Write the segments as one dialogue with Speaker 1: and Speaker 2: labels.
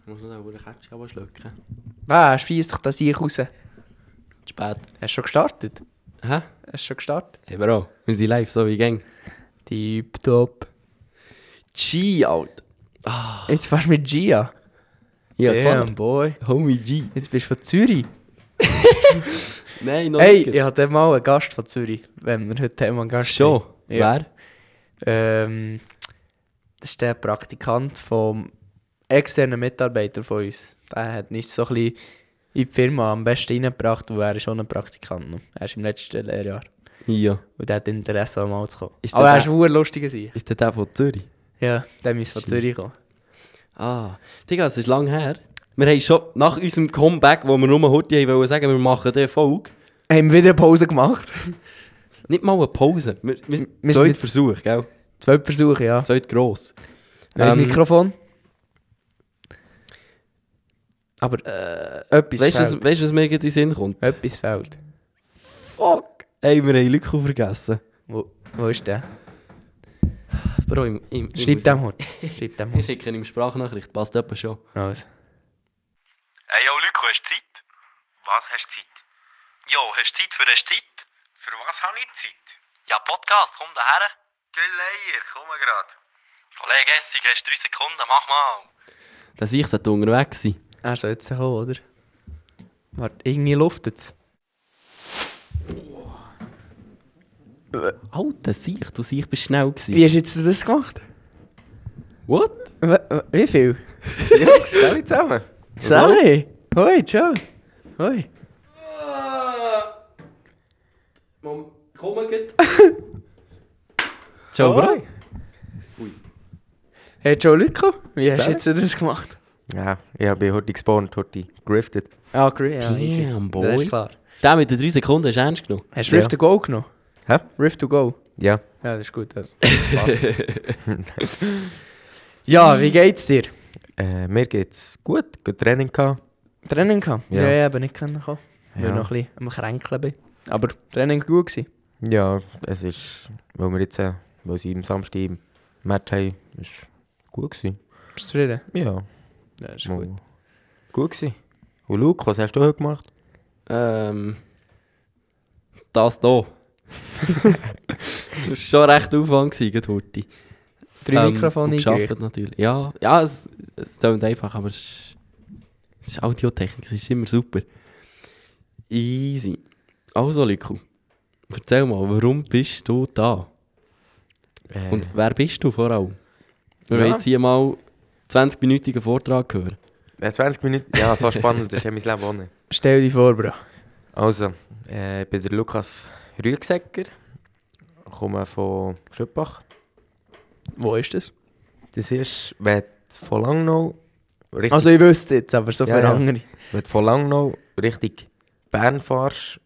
Speaker 1: Ich muss noch eine verdammte Ketchup aber schlucken.
Speaker 2: Wer schießt dich Ah, das ich raus? Hast
Speaker 1: Zu spät.
Speaker 2: du schon gestartet?
Speaker 1: Hä?
Speaker 2: Hast du schon gestartet?
Speaker 1: Hey Bro, wir sind live, so wie gang.
Speaker 2: Tipptopp.
Speaker 1: G, Alter. Ah,
Speaker 2: Jetzt fährst du mit Gia.
Speaker 1: Ja,
Speaker 2: Damn, boy.
Speaker 1: klar. Homie G.
Speaker 2: Jetzt bist du von Zürich.
Speaker 1: Nein, noch
Speaker 2: Hey,
Speaker 1: nicht.
Speaker 2: ich hatte mal einen Gast von Zürich. Wenn wir heute haben, einen Gast
Speaker 1: Schon?
Speaker 2: Ja.
Speaker 1: Wer?
Speaker 2: Ähm, das ist der Praktikant vom externen Mitarbeiter von uns. Der hat uns so ein bisschen in die Firma am besten reingebracht, weil er ist schon ein Praktikant. noch. Er ist im letzten Lehrjahr.
Speaker 1: Ja.
Speaker 2: Und der hat Interesse, am mal zu kommen.
Speaker 1: Ist
Speaker 2: Aber
Speaker 1: der
Speaker 2: er ist
Speaker 1: der-
Speaker 2: wuhr lustig sein.
Speaker 1: Ist der der von Zürich?
Speaker 2: Ja, der muss von
Speaker 1: Shit.
Speaker 2: Zürich kommen.
Speaker 1: Ah. Digga, es ist lang her. Wir haben schon nach unserem Comeback, wo wir nur heute haben wollen sagen, wir machen den Erfolg,
Speaker 2: Haben wir wieder eine Pause gemacht?
Speaker 1: nicht mal eine Pause. Wir, wir,
Speaker 2: Wir sind
Speaker 1: wir zweiter
Speaker 2: jetzt-
Speaker 1: Versuch, gell?
Speaker 2: Zwei Versuche, ja. Ehm,
Speaker 1: Zweit gross.
Speaker 2: Wer ist
Speaker 1: Ähm,
Speaker 2: Mikrofon? Aber eh, etwas
Speaker 1: Weißt du,
Speaker 2: fehlt.
Speaker 1: was, weißt du, was mir gerade in den Sinn kommt?
Speaker 2: Etwas fehlt.
Speaker 1: Fuck! Ey, wir haben Lyko vergessen.
Speaker 2: Wo, wo ist der?
Speaker 1: Bro, im, im, im
Speaker 2: Schreib dem Hund. Schreib dem
Speaker 1: Ich
Speaker 2: Hund.
Speaker 1: schicke ihm Sprachnachricht, passt etwa schon.
Speaker 2: Alles.
Speaker 3: Hey, yo, Luco, hast du Zeit? Was hast du Zeit? Jo, hast du Zeit für hast Zeit? Für was habe ich Zeit? Ja, Podcast, komm daher. Geleier, komm grad. Kollege Essig, hast du 3 Sekunden, mach mal.
Speaker 1: Dass ich sollte unterwegs sein.
Speaker 2: Er soll jetzt kommen, oder? Warte, irgendwie luftet es.
Speaker 1: Alter, sich, du sich bist schnell gewesen.
Speaker 2: Wie hast du jetzt das gemacht?
Speaker 1: What?
Speaker 2: W- w- Wie viel?
Speaker 3: Alle zusammen?
Speaker 2: Sally! Hoi, ciao! Hoi!
Speaker 1: Ah! Mom, komm gut. Ciao, Bro.
Speaker 2: Hoi. Hey, ciao, Luco! Wie hast du
Speaker 1: Sally?
Speaker 2: jetzt das gemacht?
Speaker 3: Ja, ich bin heute gespawnt, heute grifted.
Speaker 2: Ja, Ah, great. Ja,
Speaker 1: Damn,
Speaker 2: easy.
Speaker 1: boy.
Speaker 2: Das ist klar.
Speaker 1: Den mit den 3 Sekunden hast du ernst genommen.
Speaker 2: Hast du
Speaker 3: Ja.
Speaker 2: Rift to Go genommen?
Speaker 3: Hä?
Speaker 2: Rift to Go?
Speaker 3: Ja.
Speaker 2: Ja, das ist gut. Das passt. ja, wie geht's dir?
Speaker 3: Äh, mir geht's gut, gut Training gehabt.
Speaker 2: Training gehabt?
Speaker 3: Ja.
Speaker 2: Ja, ja, aber nicht können kommen. Weil
Speaker 3: Ja.
Speaker 2: ich noch ein bisschen am Kränkeln bin. Aber Training war gut. Gewesen.
Speaker 3: Ja, es ist, weil wir jetzt, äh, weil sie am Samstag im Match haben, ist gut gewesen.
Speaker 2: Bist du zufrieden?
Speaker 3: Ja,
Speaker 2: Ja, ist
Speaker 3: mal
Speaker 2: gut.
Speaker 3: gut gewesen. Und Luke, was hast du heute gemacht?
Speaker 1: Ähm. Das hier. das war schon recht Aufwand, gewesen, gerade heute.
Speaker 2: Drei
Speaker 1: Ähm,
Speaker 2: Mikrofone
Speaker 1: und
Speaker 2: eingerichtet.
Speaker 1: geschafft natürlich. Ja, ja es, es klingt einfach, aber es ist, es ist Audiotechnik, es ist immer super. Easy. Also, Lyko, erzähl mal, warum bist du da?
Speaker 3: Äh,
Speaker 1: Und wer bist du vor allem? Wir
Speaker 3: Ja.
Speaker 1: wollen jetzt hier mal 20-minütigen Vortrag hören.
Speaker 3: Äh, 20 Minuten, ja, so spannend, das ist ja mein Leben ohne.
Speaker 2: Stell dir vor, Bro.
Speaker 3: Also, äh, ich bin der Lukas Rüegsäcker, komme von Schöppach.
Speaker 2: Wo ist das?
Speaker 3: Das ist, wenn du von Langnau Richtung,
Speaker 2: Also, ich wüsste es jetzt, aber so
Speaker 3: Ja,
Speaker 2: für
Speaker 3: ja.
Speaker 2: andere.
Speaker 3: wenn du von Langnau Richtung Bern fährst,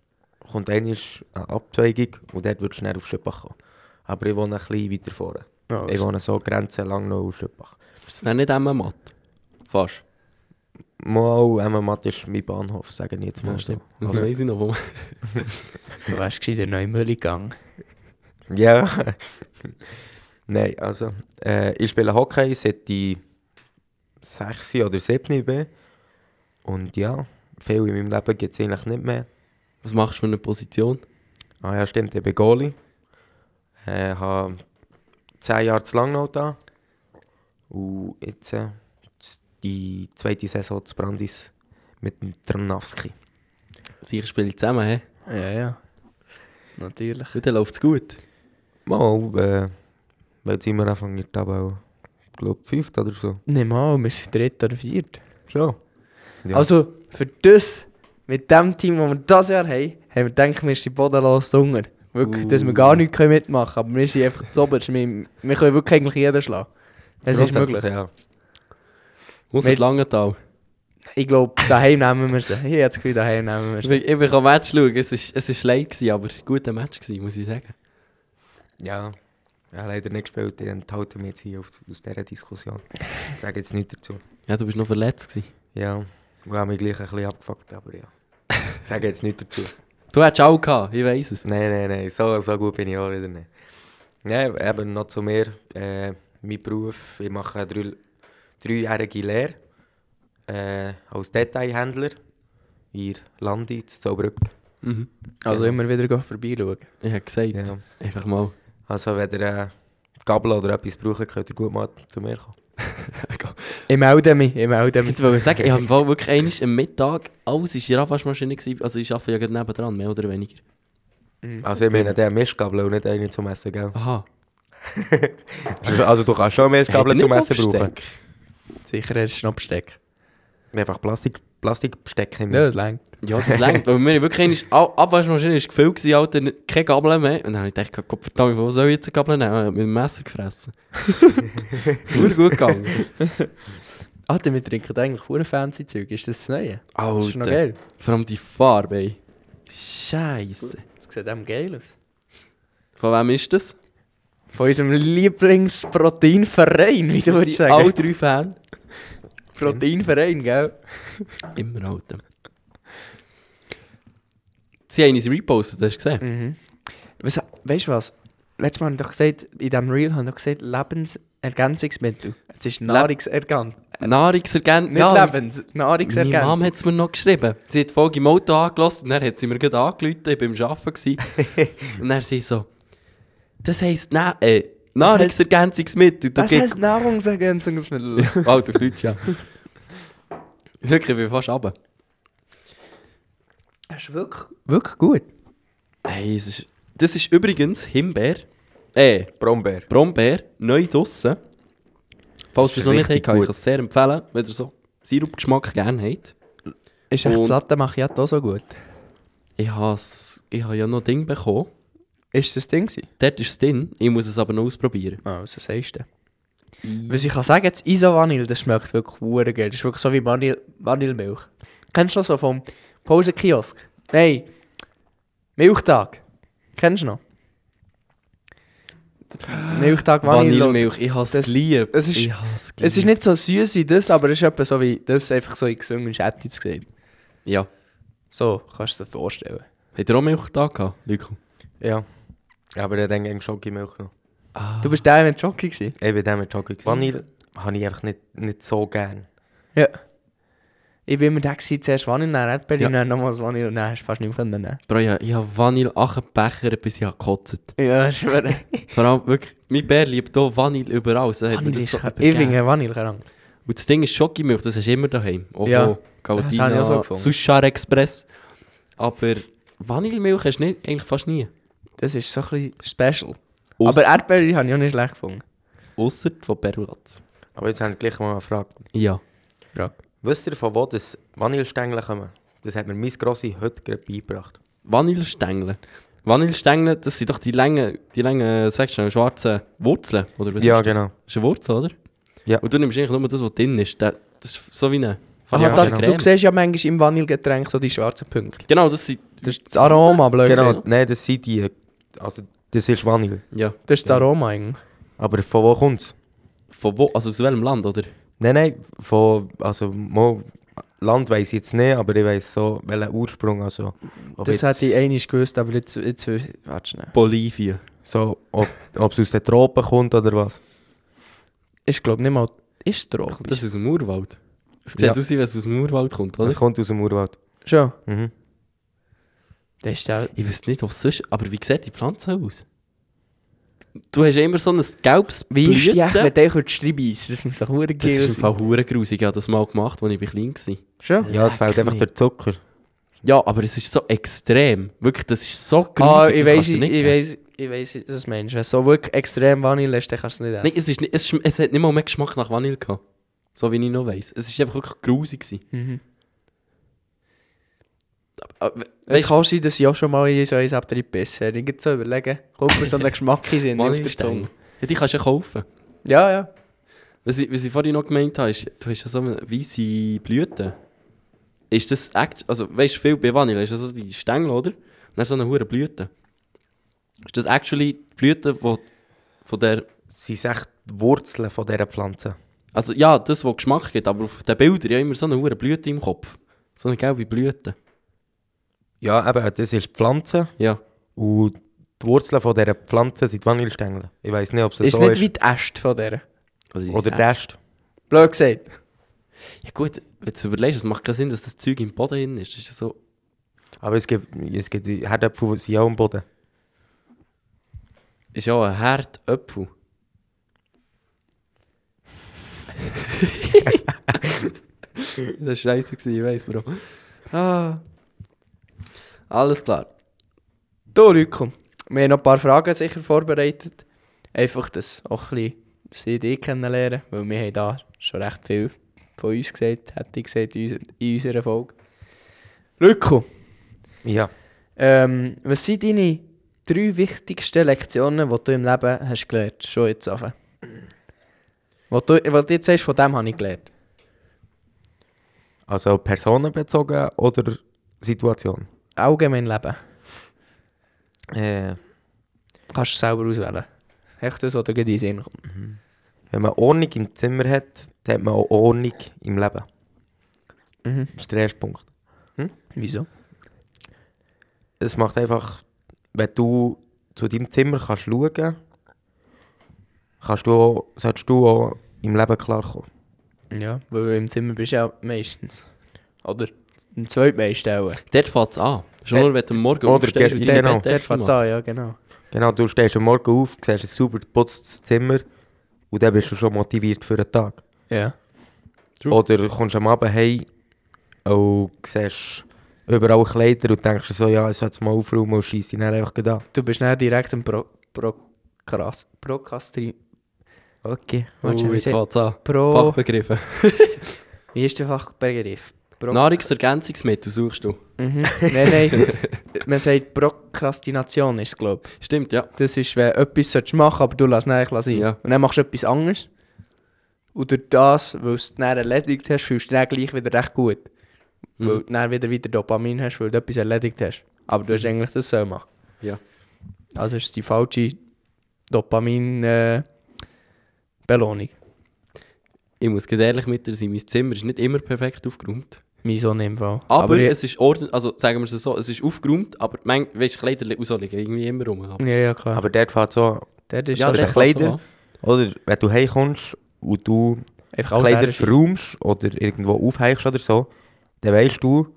Speaker 3: kommt einmal eine Abzweigung und dort würdest du schnell auf Schöppach kommen. Aber ich wohne ein bisschen weiter vorne.
Speaker 2: Ja,
Speaker 3: Ich wohne so Grenze Langnau und Schöppach.
Speaker 1: Ist das dann nicht immer matt? Fast.
Speaker 3: Mal, Emmermatt ist mein Bahnhof, sage ich jetzt mal so.
Speaker 1: Das
Speaker 3: Also,
Speaker 1: weiss ich noch.
Speaker 2: Du wärst gescheiter Neumüll gegangen.
Speaker 3: Ja. Nein, also, äh, ich spiele Hockey seit ich 6 oder 7 bin. Und ja, viel in meinem Leben gibt es eigentlich nicht mehr.
Speaker 1: Was machst du für eine Position?
Speaker 3: Ah ja, stimmt, ich bin Goalie. Äh, habe 10 Jahre zu Langnau da. Und jetzt äh, z- die zweite Saison zu Brandis mit dem Trnavski.
Speaker 1: Sicher spiele ich zusammen, hä?
Speaker 2: Ja, ja. Natürlich.
Speaker 1: Und dann läuft es gut.
Speaker 3: Mal, äh, weil jetzt immer anfangen in der Tabelle, ich glaube, 5 oder so.
Speaker 2: Nicht mal, wir sind dritt oder viert.
Speaker 3: Schon. Ja.
Speaker 2: Also, für das, mit dem Team, das wir dieses Jahr haben, haben wir gedacht, wir sind bodenlos drunter. Wirklich, dass wir gar nichts können mitmachen können. Aber wir sind einfach zu oberst. Wir, wir können wirklich eigentlich jeden schlagen. Es ist
Speaker 3: Grundsätzlich,
Speaker 2: möglich.
Speaker 3: Ja.
Speaker 1: Ausser
Speaker 2: Mit-
Speaker 1: Langenthal.
Speaker 2: Ich glaube, daheim nehmen wir sie. Ich habe das Gefühl, daheim nehmen wir
Speaker 1: Ich
Speaker 2: sie.
Speaker 1: bin, ich bin am Match schauen, es war ist, es ist leid, gewesen, aber ein guter Match, gewesen, muss ich sagen.
Speaker 3: Ja, ja leider nicht gespielt. Ich enthalte mich jetzt hier auf, aus dieser Diskussion. Ich sage jetzt nichts dazu.
Speaker 1: Ja, du bist noch verletzt. Gewesen.
Speaker 3: Ja, wir haben mich gleich ein bisschen abgefuckt, aber ja. Ich sage jetzt nichts dazu.
Speaker 1: Du hättest auch gehabt, ich weiss es.
Speaker 3: Nein, nein, nein, so, so gut bin ich auch wieder nicht. Nein, eben noch zu mir. Äh, mein Beruf, ich mache eine drei, dreijährige Lehre äh, als Detailhändler in der Landi in Zaubrück.
Speaker 1: Mhm.
Speaker 2: Also
Speaker 3: Ja.
Speaker 2: immer wieder gehen vorbeischauen.
Speaker 1: Ich habe gesagt,
Speaker 3: Ja.
Speaker 1: einfach mal
Speaker 3: Also wenn ihr äh, Gabel oder etwas braucht, könnt ihr gut mal zu mir kommen.
Speaker 2: Ich melde mich, ich melde mich.
Speaker 1: Jetzt wollte ich sagen, ich habe im Fall wirklich einmal am Mittag, alles war in der Abwaschmaschine, gewesen, also ich arbeite ja gerade nebenan, mehr oder weniger.
Speaker 3: Also ich meine, der Mistgabel und nicht eine zum Essen, gell?
Speaker 1: Aha.
Speaker 3: Also, also du kannst schon
Speaker 1: Habt ihr
Speaker 3: Mistgabel
Speaker 1: nicht
Speaker 3: zum Essen
Speaker 1: Obsteck?
Speaker 3: brauchen.
Speaker 2: Sicher hast du Schnappsteck.
Speaker 3: Einfach Plastik, Plastikbesteck im
Speaker 2: Ja, das längt.
Speaker 1: Ja, das längt, weil mir wirklich einmal, alle Abwaschmaschine war gefüllt, gewesen, Alter, nicht- keine Gabel mehr. Und dann habe ich gedacht, Gott verdammt, wo soll ich jetzt eine Gabel nehmen? Ich habe mit dem Messer gefressen. Nur gut gegangen.
Speaker 2: Alter, wir trinken eigentlich pure fancy Zeug. Ist das das Neue? Das ist noch
Speaker 1: Alter,
Speaker 2: geil.
Speaker 1: vor allem die Farbe, ey. Scheisse.
Speaker 2: Das sieht eben geil aus.
Speaker 1: Von wem ist das?
Speaker 2: Von unserem Lieblingsproteinverein, wie du
Speaker 1: Wir
Speaker 2: würdest
Speaker 1: sind
Speaker 2: sagen.
Speaker 1: alle drei Fan.
Speaker 2: Proteinverein, gell?
Speaker 1: Immer Alter. Sie haben uns repostet, hast du gesehen?
Speaker 2: Mhm. Was, weißt du was? Letztes Mal haben wir doch gesagt, in diesem Reel haben wir doch gesagt, Lebensergänzungsmittel. Es ist Nahrungsergänzung.
Speaker 1: Nahrungsergänzung.
Speaker 2: Mhm. Nicht Lebens,
Speaker 1: Meine Mom
Speaker 2: Nahrungsergänzung.
Speaker 1: hat es mir noch geschrieben. Sie hat die Folge im Auto angelassen und dann hat sie mir gerade angerufen, ich war beim Arbeiten. Gewesen. und dann sie so, das heisst na äh, Nahrungsergänzungsmittel. Du
Speaker 2: Das
Speaker 1: gehst-
Speaker 2: heißt Nahrungsergänzungsmittel.
Speaker 1: Alt auf Deutsch, ja. Wirklich, ich bin fast runter.
Speaker 2: Das ist wirklich, wirklich gut.
Speaker 1: Hey, es ist, das ist übrigens Himbeer, äh,
Speaker 3: Brombeer.
Speaker 1: Brombeer, neu draussen. Falls ihr es noch nicht habt,
Speaker 3: richtig
Speaker 1: kann ich
Speaker 3: gut.
Speaker 1: es sehr empfehlen, wenn ihr so Sirupgeschmack gerne habt.
Speaker 2: Ist echt das
Speaker 1: Und-
Speaker 2: Latte Macchiato auch so gut?
Speaker 1: Ich habe ich has ja noch Ding bekommen.
Speaker 2: Ist das Ding gewesen?
Speaker 1: Dort ist es drin, ich muss es aber noch ausprobieren.
Speaker 2: Ah, also sagst du. Was ich kann sagen, das Iso-Vanille, das schmeckt wirklich hure geil. Das ist wirklich so wie Vanille, Vanillemilch. Kennst du noch so vom Pausenkiosk? Nein. Milchtag. Kennst du noch? Milchtag Vanille.
Speaker 1: Vanillemilch, ich has
Speaker 2: das-
Speaker 1: geliebt.
Speaker 2: es ist-
Speaker 1: ich has geliebt.
Speaker 2: Es ist nicht so süß wie das, aber es ist etwa so wie das, einfach so in gesungen Schätze zu sehen.
Speaker 1: Ja.
Speaker 2: So, kannst du dir vorstellen.
Speaker 1: Hat er auch Milch da gehabt, Lyko?
Speaker 3: Ja. Aber ich denke, ich Schokimilch noch.
Speaker 1: Ah.
Speaker 2: Du bist der mit Jockey gewesen?
Speaker 3: Ich bin dem mit Schoki. Vanille habe ich einfach nicht, nicht so gern.
Speaker 2: Ja. Ich bin immer der gewesen, zuerst Vanille, dann Erdbeere,
Speaker 1: Ja.
Speaker 2: ja. dann nochmals Vanille und dann hast du fast nicht mehr können nehmen.
Speaker 1: Bro, ja, ich habe Vanille Achenbecher, bis ich hab gekotzt.
Speaker 2: Ja, ich schwöre.
Speaker 1: Vor allem wirklich, mein Bär liebt hier Vanille überall. So hat mir
Speaker 2: Vanille
Speaker 1: das
Speaker 2: ist
Speaker 1: so
Speaker 2: krank. Ich
Speaker 1: übergeben.
Speaker 2: finde Vanille krank.
Speaker 1: Und das Ding ist Schokimilch, das hast du immer daheim. Auch
Speaker 2: Ja.
Speaker 1: von
Speaker 2: Das habe ich
Speaker 1: Galdina,
Speaker 2: auch so
Speaker 1: so
Speaker 2: gefunden.
Speaker 1: Sushar Express. Aber Vanillemilch hast du nicht, eigentlich fast nie.
Speaker 2: Das ist so ein bisschen special.
Speaker 1: Aus-
Speaker 2: Aber Erdbeere habe ich auch nicht schlecht gefunden.
Speaker 1: Ausser von Perulatz.
Speaker 3: Aber jetzt haben wir gleich mal gefragt.
Speaker 1: Ja.
Speaker 3: Wisst ihr, von wo das Vanillestängel kommen? Das hat mir mein Grossi heute gerade beigebracht.
Speaker 1: Vanillestängel. Vanillestängel, das sind doch die langen, die langen, sagst du, schwarzen Wurzeln, oder was ist das?
Speaker 2: genau.
Speaker 1: Das ist eine Wurzel, oder?
Speaker 3: Ja.
Speaker 1: Und du nimmst eigentlich nur das, was drin ist. Der- Das ist so wie eine...
Speaker 2: Aha,
Speaker 3: Ja,
Speaker 2: da,
Speaker 3: genau.
Speaker 2: Du siehst ja manchmal im Vanillegetränk so die schwarzen Punkte.
Speaker 1: Genau, das sind...
Speaker 2: Das ist das Dus Aroma, blöd.
Speaker 3: Genau,
Speaker 2: gesagt.
Speaker 3: nein, das sind die. Also, das ist Vanille.
Speaker 1: Ja.
Speaker 2: Das ist das Aroma eigentlich.
Speaker 3: Aber von wo kommt es?
Speaker 1: Von wo? Also aus welchem Land, oder?
Speaker 3: Nein, nein, von. Also, mal, Land weiss ich jetzt nicht, aber ich weiss so, welchen Ursprung. Also, ob
Speaker 2: Das
Speaker 3: jetzt
Speaker 2: hätte ich einmal gewusst, aber jetzt... jetzt warte schnell.
Speaker 1: Bolivien.
Speaker 3: So, ob es aus den Tropen kommt oder was.
Speaker 2: Ich glaube nicht mal... Ist es tropisch?
Speaker 1: Kommt das aus dem Urwald? Es sieht
Speaker 3: Ja.
Speaker 1: aus, wie wenn es aus dem Urwald kommt, oder?
Speaker 3: Das kommt aus dem Urwald.
Speaker 2: Schon.
Speaker 3: Mhm.
Speaker 2: Das ist ja...
Speaker 1: Ich weiß nicht, was sonst... Aber wie sieht die Pflanze aus? Du hast ja immer so ein gelbes
Speaker 2: Wie ist die echt,
Speaker 1: Blüten.
Speaker 2: wenn ich würde schreiben Das muss doch verdammt
Speaker 1: Das
Speaker 2: geil
Speaker 1: ist im
Speaker 2: sein.
Speaker 1: Fall hure grusig. Ich habe das mal gemacht, als ich klein war.
Speaker 2: Schon?
Speaker 3: Ja, es fehlt
Speaker 1: Leck
Speaker 3: einfach
Speaker 1: mich.
Speaker 3: der Zucker.
Speaker 1: Ja, aber es ist so extrem. Wirklich, das ist so grusig.
Speaker 2: Ah, ich
Speaker 1: das
Speaker 2: weiß,
Speaker 1: kannst du
Speaker 2: ich,
Speaker 1: nicht
Speaker 2: ich
Speaker 1: geben.
Speaker 2: weiß, ich weiß, was du meinst. Wenn du so wirklich extrem Vanille ist, dann kannst du es nicht
Speaker 1: Nein,
Speaker 2: essen.
Speaker 1: es, ist nicht, es, schm- es hat nicht mal mehr Geschmack nach Vanille gehabt. So wie ich noch weiss. Es war einfach wirklich grusig. gewesen.
Speaker 2: Mhm.
Speaker 1: Aber, we-
Speaker 2: Es
Speaker 1: weisst du,
Speaker 2: kann sein, dass ich auch schon mal in so eins abgebissen habe. Ich muss so überlegen, kommt mir so ein Geschmack in den Sinn, auf der Zunge.
Speaker 1: Vanillestangen. Ja, die kannst du ja kaufen.
Speaker 2: Ja, ja.
Speaker 1: Was ich, was ich vorhin noch gemeint habe, ist, du hast ja so eine weisse Blüte. Ist das echt, also weißt du, viel bei Vanille ist ja so die Stängel, oder? Und dann so eine hohe Blüte. Ist das actually die Blüte, wo, von der,
Speaker 3: Es sind echt Wurzeln von dieser Pflanze.
Speaker 1: also ja, das, was Geschmack gibt, aber auf den Bildern ja immer so eine hohe Blüte im Kopf. So eine gelbe Blüte.
Speaker 3: Ja, eben, das ist die Pflanze
Speaker 1: Ja.
Speaker 3: und die Wurzeln von dieser Pflanze sind die Vanillestängel. Ich weiss nicht, ob es
Speaker 2: Ist
Speaker 3: so
Speaker 2: nicht
Speaker 3: ist.
Speaker 2: wie die Äste von der.
Speaker 1: Also,
Speaker 3: Oder
Speaker 1: ja.
Speaker 3: Dest.
Speaker 2: Blöd gesagt.
Speaker 1: Ja gut, wenn du überlegst, es macht keinen Sinn, dass das Zeug im Boden hin ist. Das ist ja so...
Speaker 3: Aber es gibt, es gibt Herdäpfel, die sind auch am Boden.
Speaker 1: Ist ja auch ein Herdöpfel. das war scheiße, gewesen, ich weiss, Bro. Ah. Alles klar.
Speaker 2: Du, Leute, wir haben noch ein paar Fragen sicher vorbereitet. Einfach, dass auch ein bisschen sie dich kennenlernen, weil wir haben da schon recht viel von uns gesagt, hätte ich gesagt, in unser- in unserer Folge. Lücko,
Speaker 3: Ja.
Speaker 2: ähm, was sind deine drei wichtigsten Lektionen, die du im Leben hast gelernt hast, schon jetzt anfangen? Was du, was du jetzt sagst, von dem habe ich gelernt.
Speaker 3: Also personenbezogen oder Situation?
Speaker 2: Allgemein Leben.
Speaker 3: Äh,
Speaker 2: Kannst du selber auswählen. Echt das, was dir gerade in den Sinn kommt.
Speaker 3: wenn man Ordnung im Zimmer hat, dann hat man auch Ordnung im Leben.
Speaker 2: Mhm.
Speaker 3: Das ist der erste Punkt.
Speaker 2: Wieso?
Speaker 3: Es macht einfach, wenn du zu deinem Zimmer kannst schauen kannst, du auch, solltest du auch im Leben klarkommen.
Speaker 2: Ja, weil du im Zimmer bist ja meistens. Oder im zweitmeisten auch.
Speaker 1: Dort fängt es an. Schon
Speaker 2: Äh,
Speaker 1: nur, wenn du am Morgen
Speaker 3: oder
Speaker 1: aufstehst
Speaker 3: der-
Speaker 1: dein
Speaker 3: genau.
Speaker 1: Bett
Speaker 2: Der
Speaker 1: erst
Speaker 2: fängt
Speaker 1: machst.
Speaker 2: an, ja, genau.
Speaker 3: Genau, du stehst am Morgen auf, siehst ein sauber geputztes Zimmer und dann bist du schon motiviert für den Tag.
Speaker 2: Ja.
Speaker 1: True.
Speaker 3: Oder kommst am Abend heim und siehst überall Kleider und denkst dir so, ja, ich sollte es mal aufräumen und scheisse dann einfach gleich an.
Speaker 2: Du bist dann direkt im Pro... Prokras... Prokastri...
Speaker 3: Okay.
Speaker 2: Warte,
Speaker 1: Oh,
Speaker 2: wie
Speaker 1: jetzt
Speaker 2: se-
Speaker 1: fängt es an.
Speaker 2: Pro...
Speaker 1: Fachbegriffe.
Speaker 2: Wie ist der Fachbegriff? Pro...
Speaker 1: Nahrungsergänzungsmittel suchst du.
Speaker 2: Mhm. Nein, nein. Man sagt Prokrastination ist es, glaube ich.
Speaker 1: Stimmt, ja.
Speaker 2: Das ist, wenn du etwas solltest machen aber du lässt es eigentlich sein.
Speaker 1: Ja.
Speaker 2: Und dann machst du etwas anderes. Und durch das, weil du es dann erledigt hast, fühlst du dich dann gleich wieder recht gut.
Speaker 1: Mhm.
Speaker 2: Weil du dann wieder wieder Dopamin hast, weil du etwas erledigt hast. Aber du hast eigentlich das so machen.
Speaker 1: Mhm. Ja.
Speaker 2: Also ist die falsche äh, Dopamin-Belohnung.
Speaker 1: Ich muss ganz ehrlich mit dir sein, mein Zimmer ist nicht immer perfekt aufgeräumt.
Speaker 2: Wieso in dem Fall?
Speaker 1: Aber,
Speaker 2: ich-
Speaker 1: es ist ordentlich, also sagen wir es so, es ist aufgeräumt, aber manchmal, weißt oh, du, Kleider li- raus liegen irgendwie immer rum. Aber,
Speaker 2: Ja, ja, klar.
Speaker 3: Aber dort fährt so
Speaker 2: der ist
Speaker 1: ja,
Speaker 2: ja,
Speaker 3: der-
Speaker 1: dort
Speaker 2: einfach,
Speaker 1: fängt's
Speaker 3: Kleider-
Speaker 1: so an.
Speaker 3: Oder wenn du heimkommst und du
Speaker 2: einfach alles
Speaker 3: Kleider
Speaker 2: hergeschickt.
Speaker 3: verräumst oder irgendwo aufheichst oder so, dann weißt du,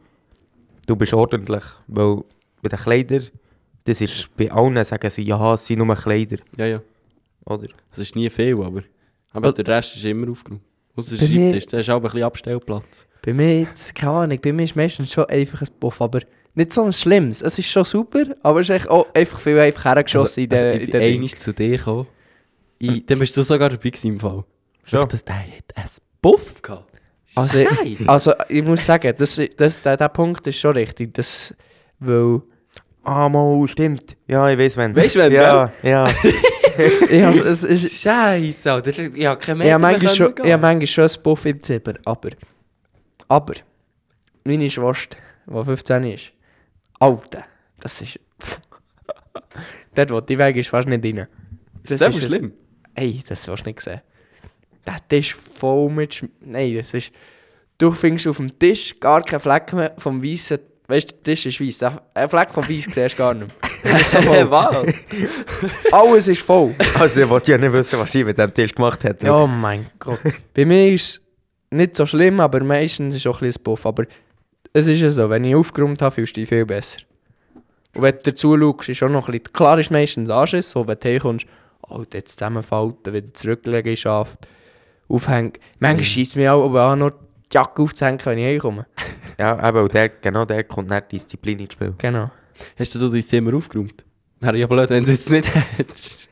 Speaker 3: du bist ordentlich. Weil bei den Kleidern, das ist bei allen, sagen sie, ja, es sind nur Kleider.
Speaker 1: Ja, ja.
Speaker 3: Oder?
Speaker 1: Es ist nie viel, aber, aber der Rest ist immer aufgenommen. Außer der
Speaker 2: Bei mir-
Speaker 1: Schreibtisch, da ist auch ein bisschen Abstellplatz.
Speaker 2: Bei mir jetzt, keine Ahnung, bei mir ist meistens schon einfach ein Puff, aber nicht so ein Schlimmes. Es ist schon super, aber es ist echt auch einfach viel einfach hergeschossen in der,
Speaker 1: also, ich
Speaker 2: in
Speaker 1: bin
Speaker 2: der
Speaker 1: einmal zu dir gekommen. Ich, dann bist du sogar dabei gewesen im Fall.
Speaker 3: Schon.
Speaker 1: Ich dachte, der hat einen Buff gehabt.
Speaker 2: Also,
Speaker 1: Scheiße.
Speaker 2: also ich muss sagen, das, das, der, der Punkt ist schon richtig, das, weil
Speaker 3: Ah, mal, stimmt. Ja, ich weiß, wenn.
Speaker 1: Weißt, wenn,
Speaker 3: Ja, ja.
Speaker 2: ich, has- es ist,
Speaker 1: Scheiße, Alter. Ich habe keinen
Speaker 2: Ich
Speaker 1: Meter
Speaker 2: habe
Speaker 1: mehr
Speaker 2: manchmal, schon-
Speaker 1: können
Speaker 2: ich
Speaker 1: gehen.
Speaker 2: hab manchmal schon einen Puff im Zimmer, aber. Aber. Meine Schwester, die 15 ist. Alter, das ist. Dort, wo die Weg ist, fast nicht rein.
Speaker 1: Das, das ist
Speaker 2: ein-
Speaker 1: schlimm.
Speaker 2: Ey, das hast du nicht gesehen. Der Tisch voll mit. Schm Nein, das ist. Du findest auf dem Tisch gar keinen Fleck mehr vom weißen. Weißt du, der Tisch ist weiß. Der- Einen Fleck vom Weiß siehst du gar nicht mehr. Das ist so voll.
Speaker 1: Was?
Speaker 2: Alles ist voll.
Speaker 3: Also, ich wollte ja nicht wissen, was ich mit dem Tisch gemacht hätte.
Speaker 2: Oh mein Gott. Bei mir ist es nicht so schlimm, aber meistens ist auch ein bisschen ein Puff. Aber es ist ja so, wenn ich aufgeräumt habe, fühlst du dich viel besser. Und wenn du dazu schaust, ist auch noch ein bisschen... Klar ist meistens Anschiss, so wenn du herkommst, oh, jetzt zusammenfalten, wieder zurücklegen in Schaft, aufhängen. Manchmal scheisst mich auch, aber auch nur die Jacke aufzuhängen, wenn ich herkomme.
Speaker 3: Ja, aber der, genau der kommt nicht Disziplin ins Spiel.
Speaker 2: Genau.
Speaker 1: Hast du dein Zimmer aufgeräumt? Wäre ja blöd, wenn du es jetzt nicht hättest.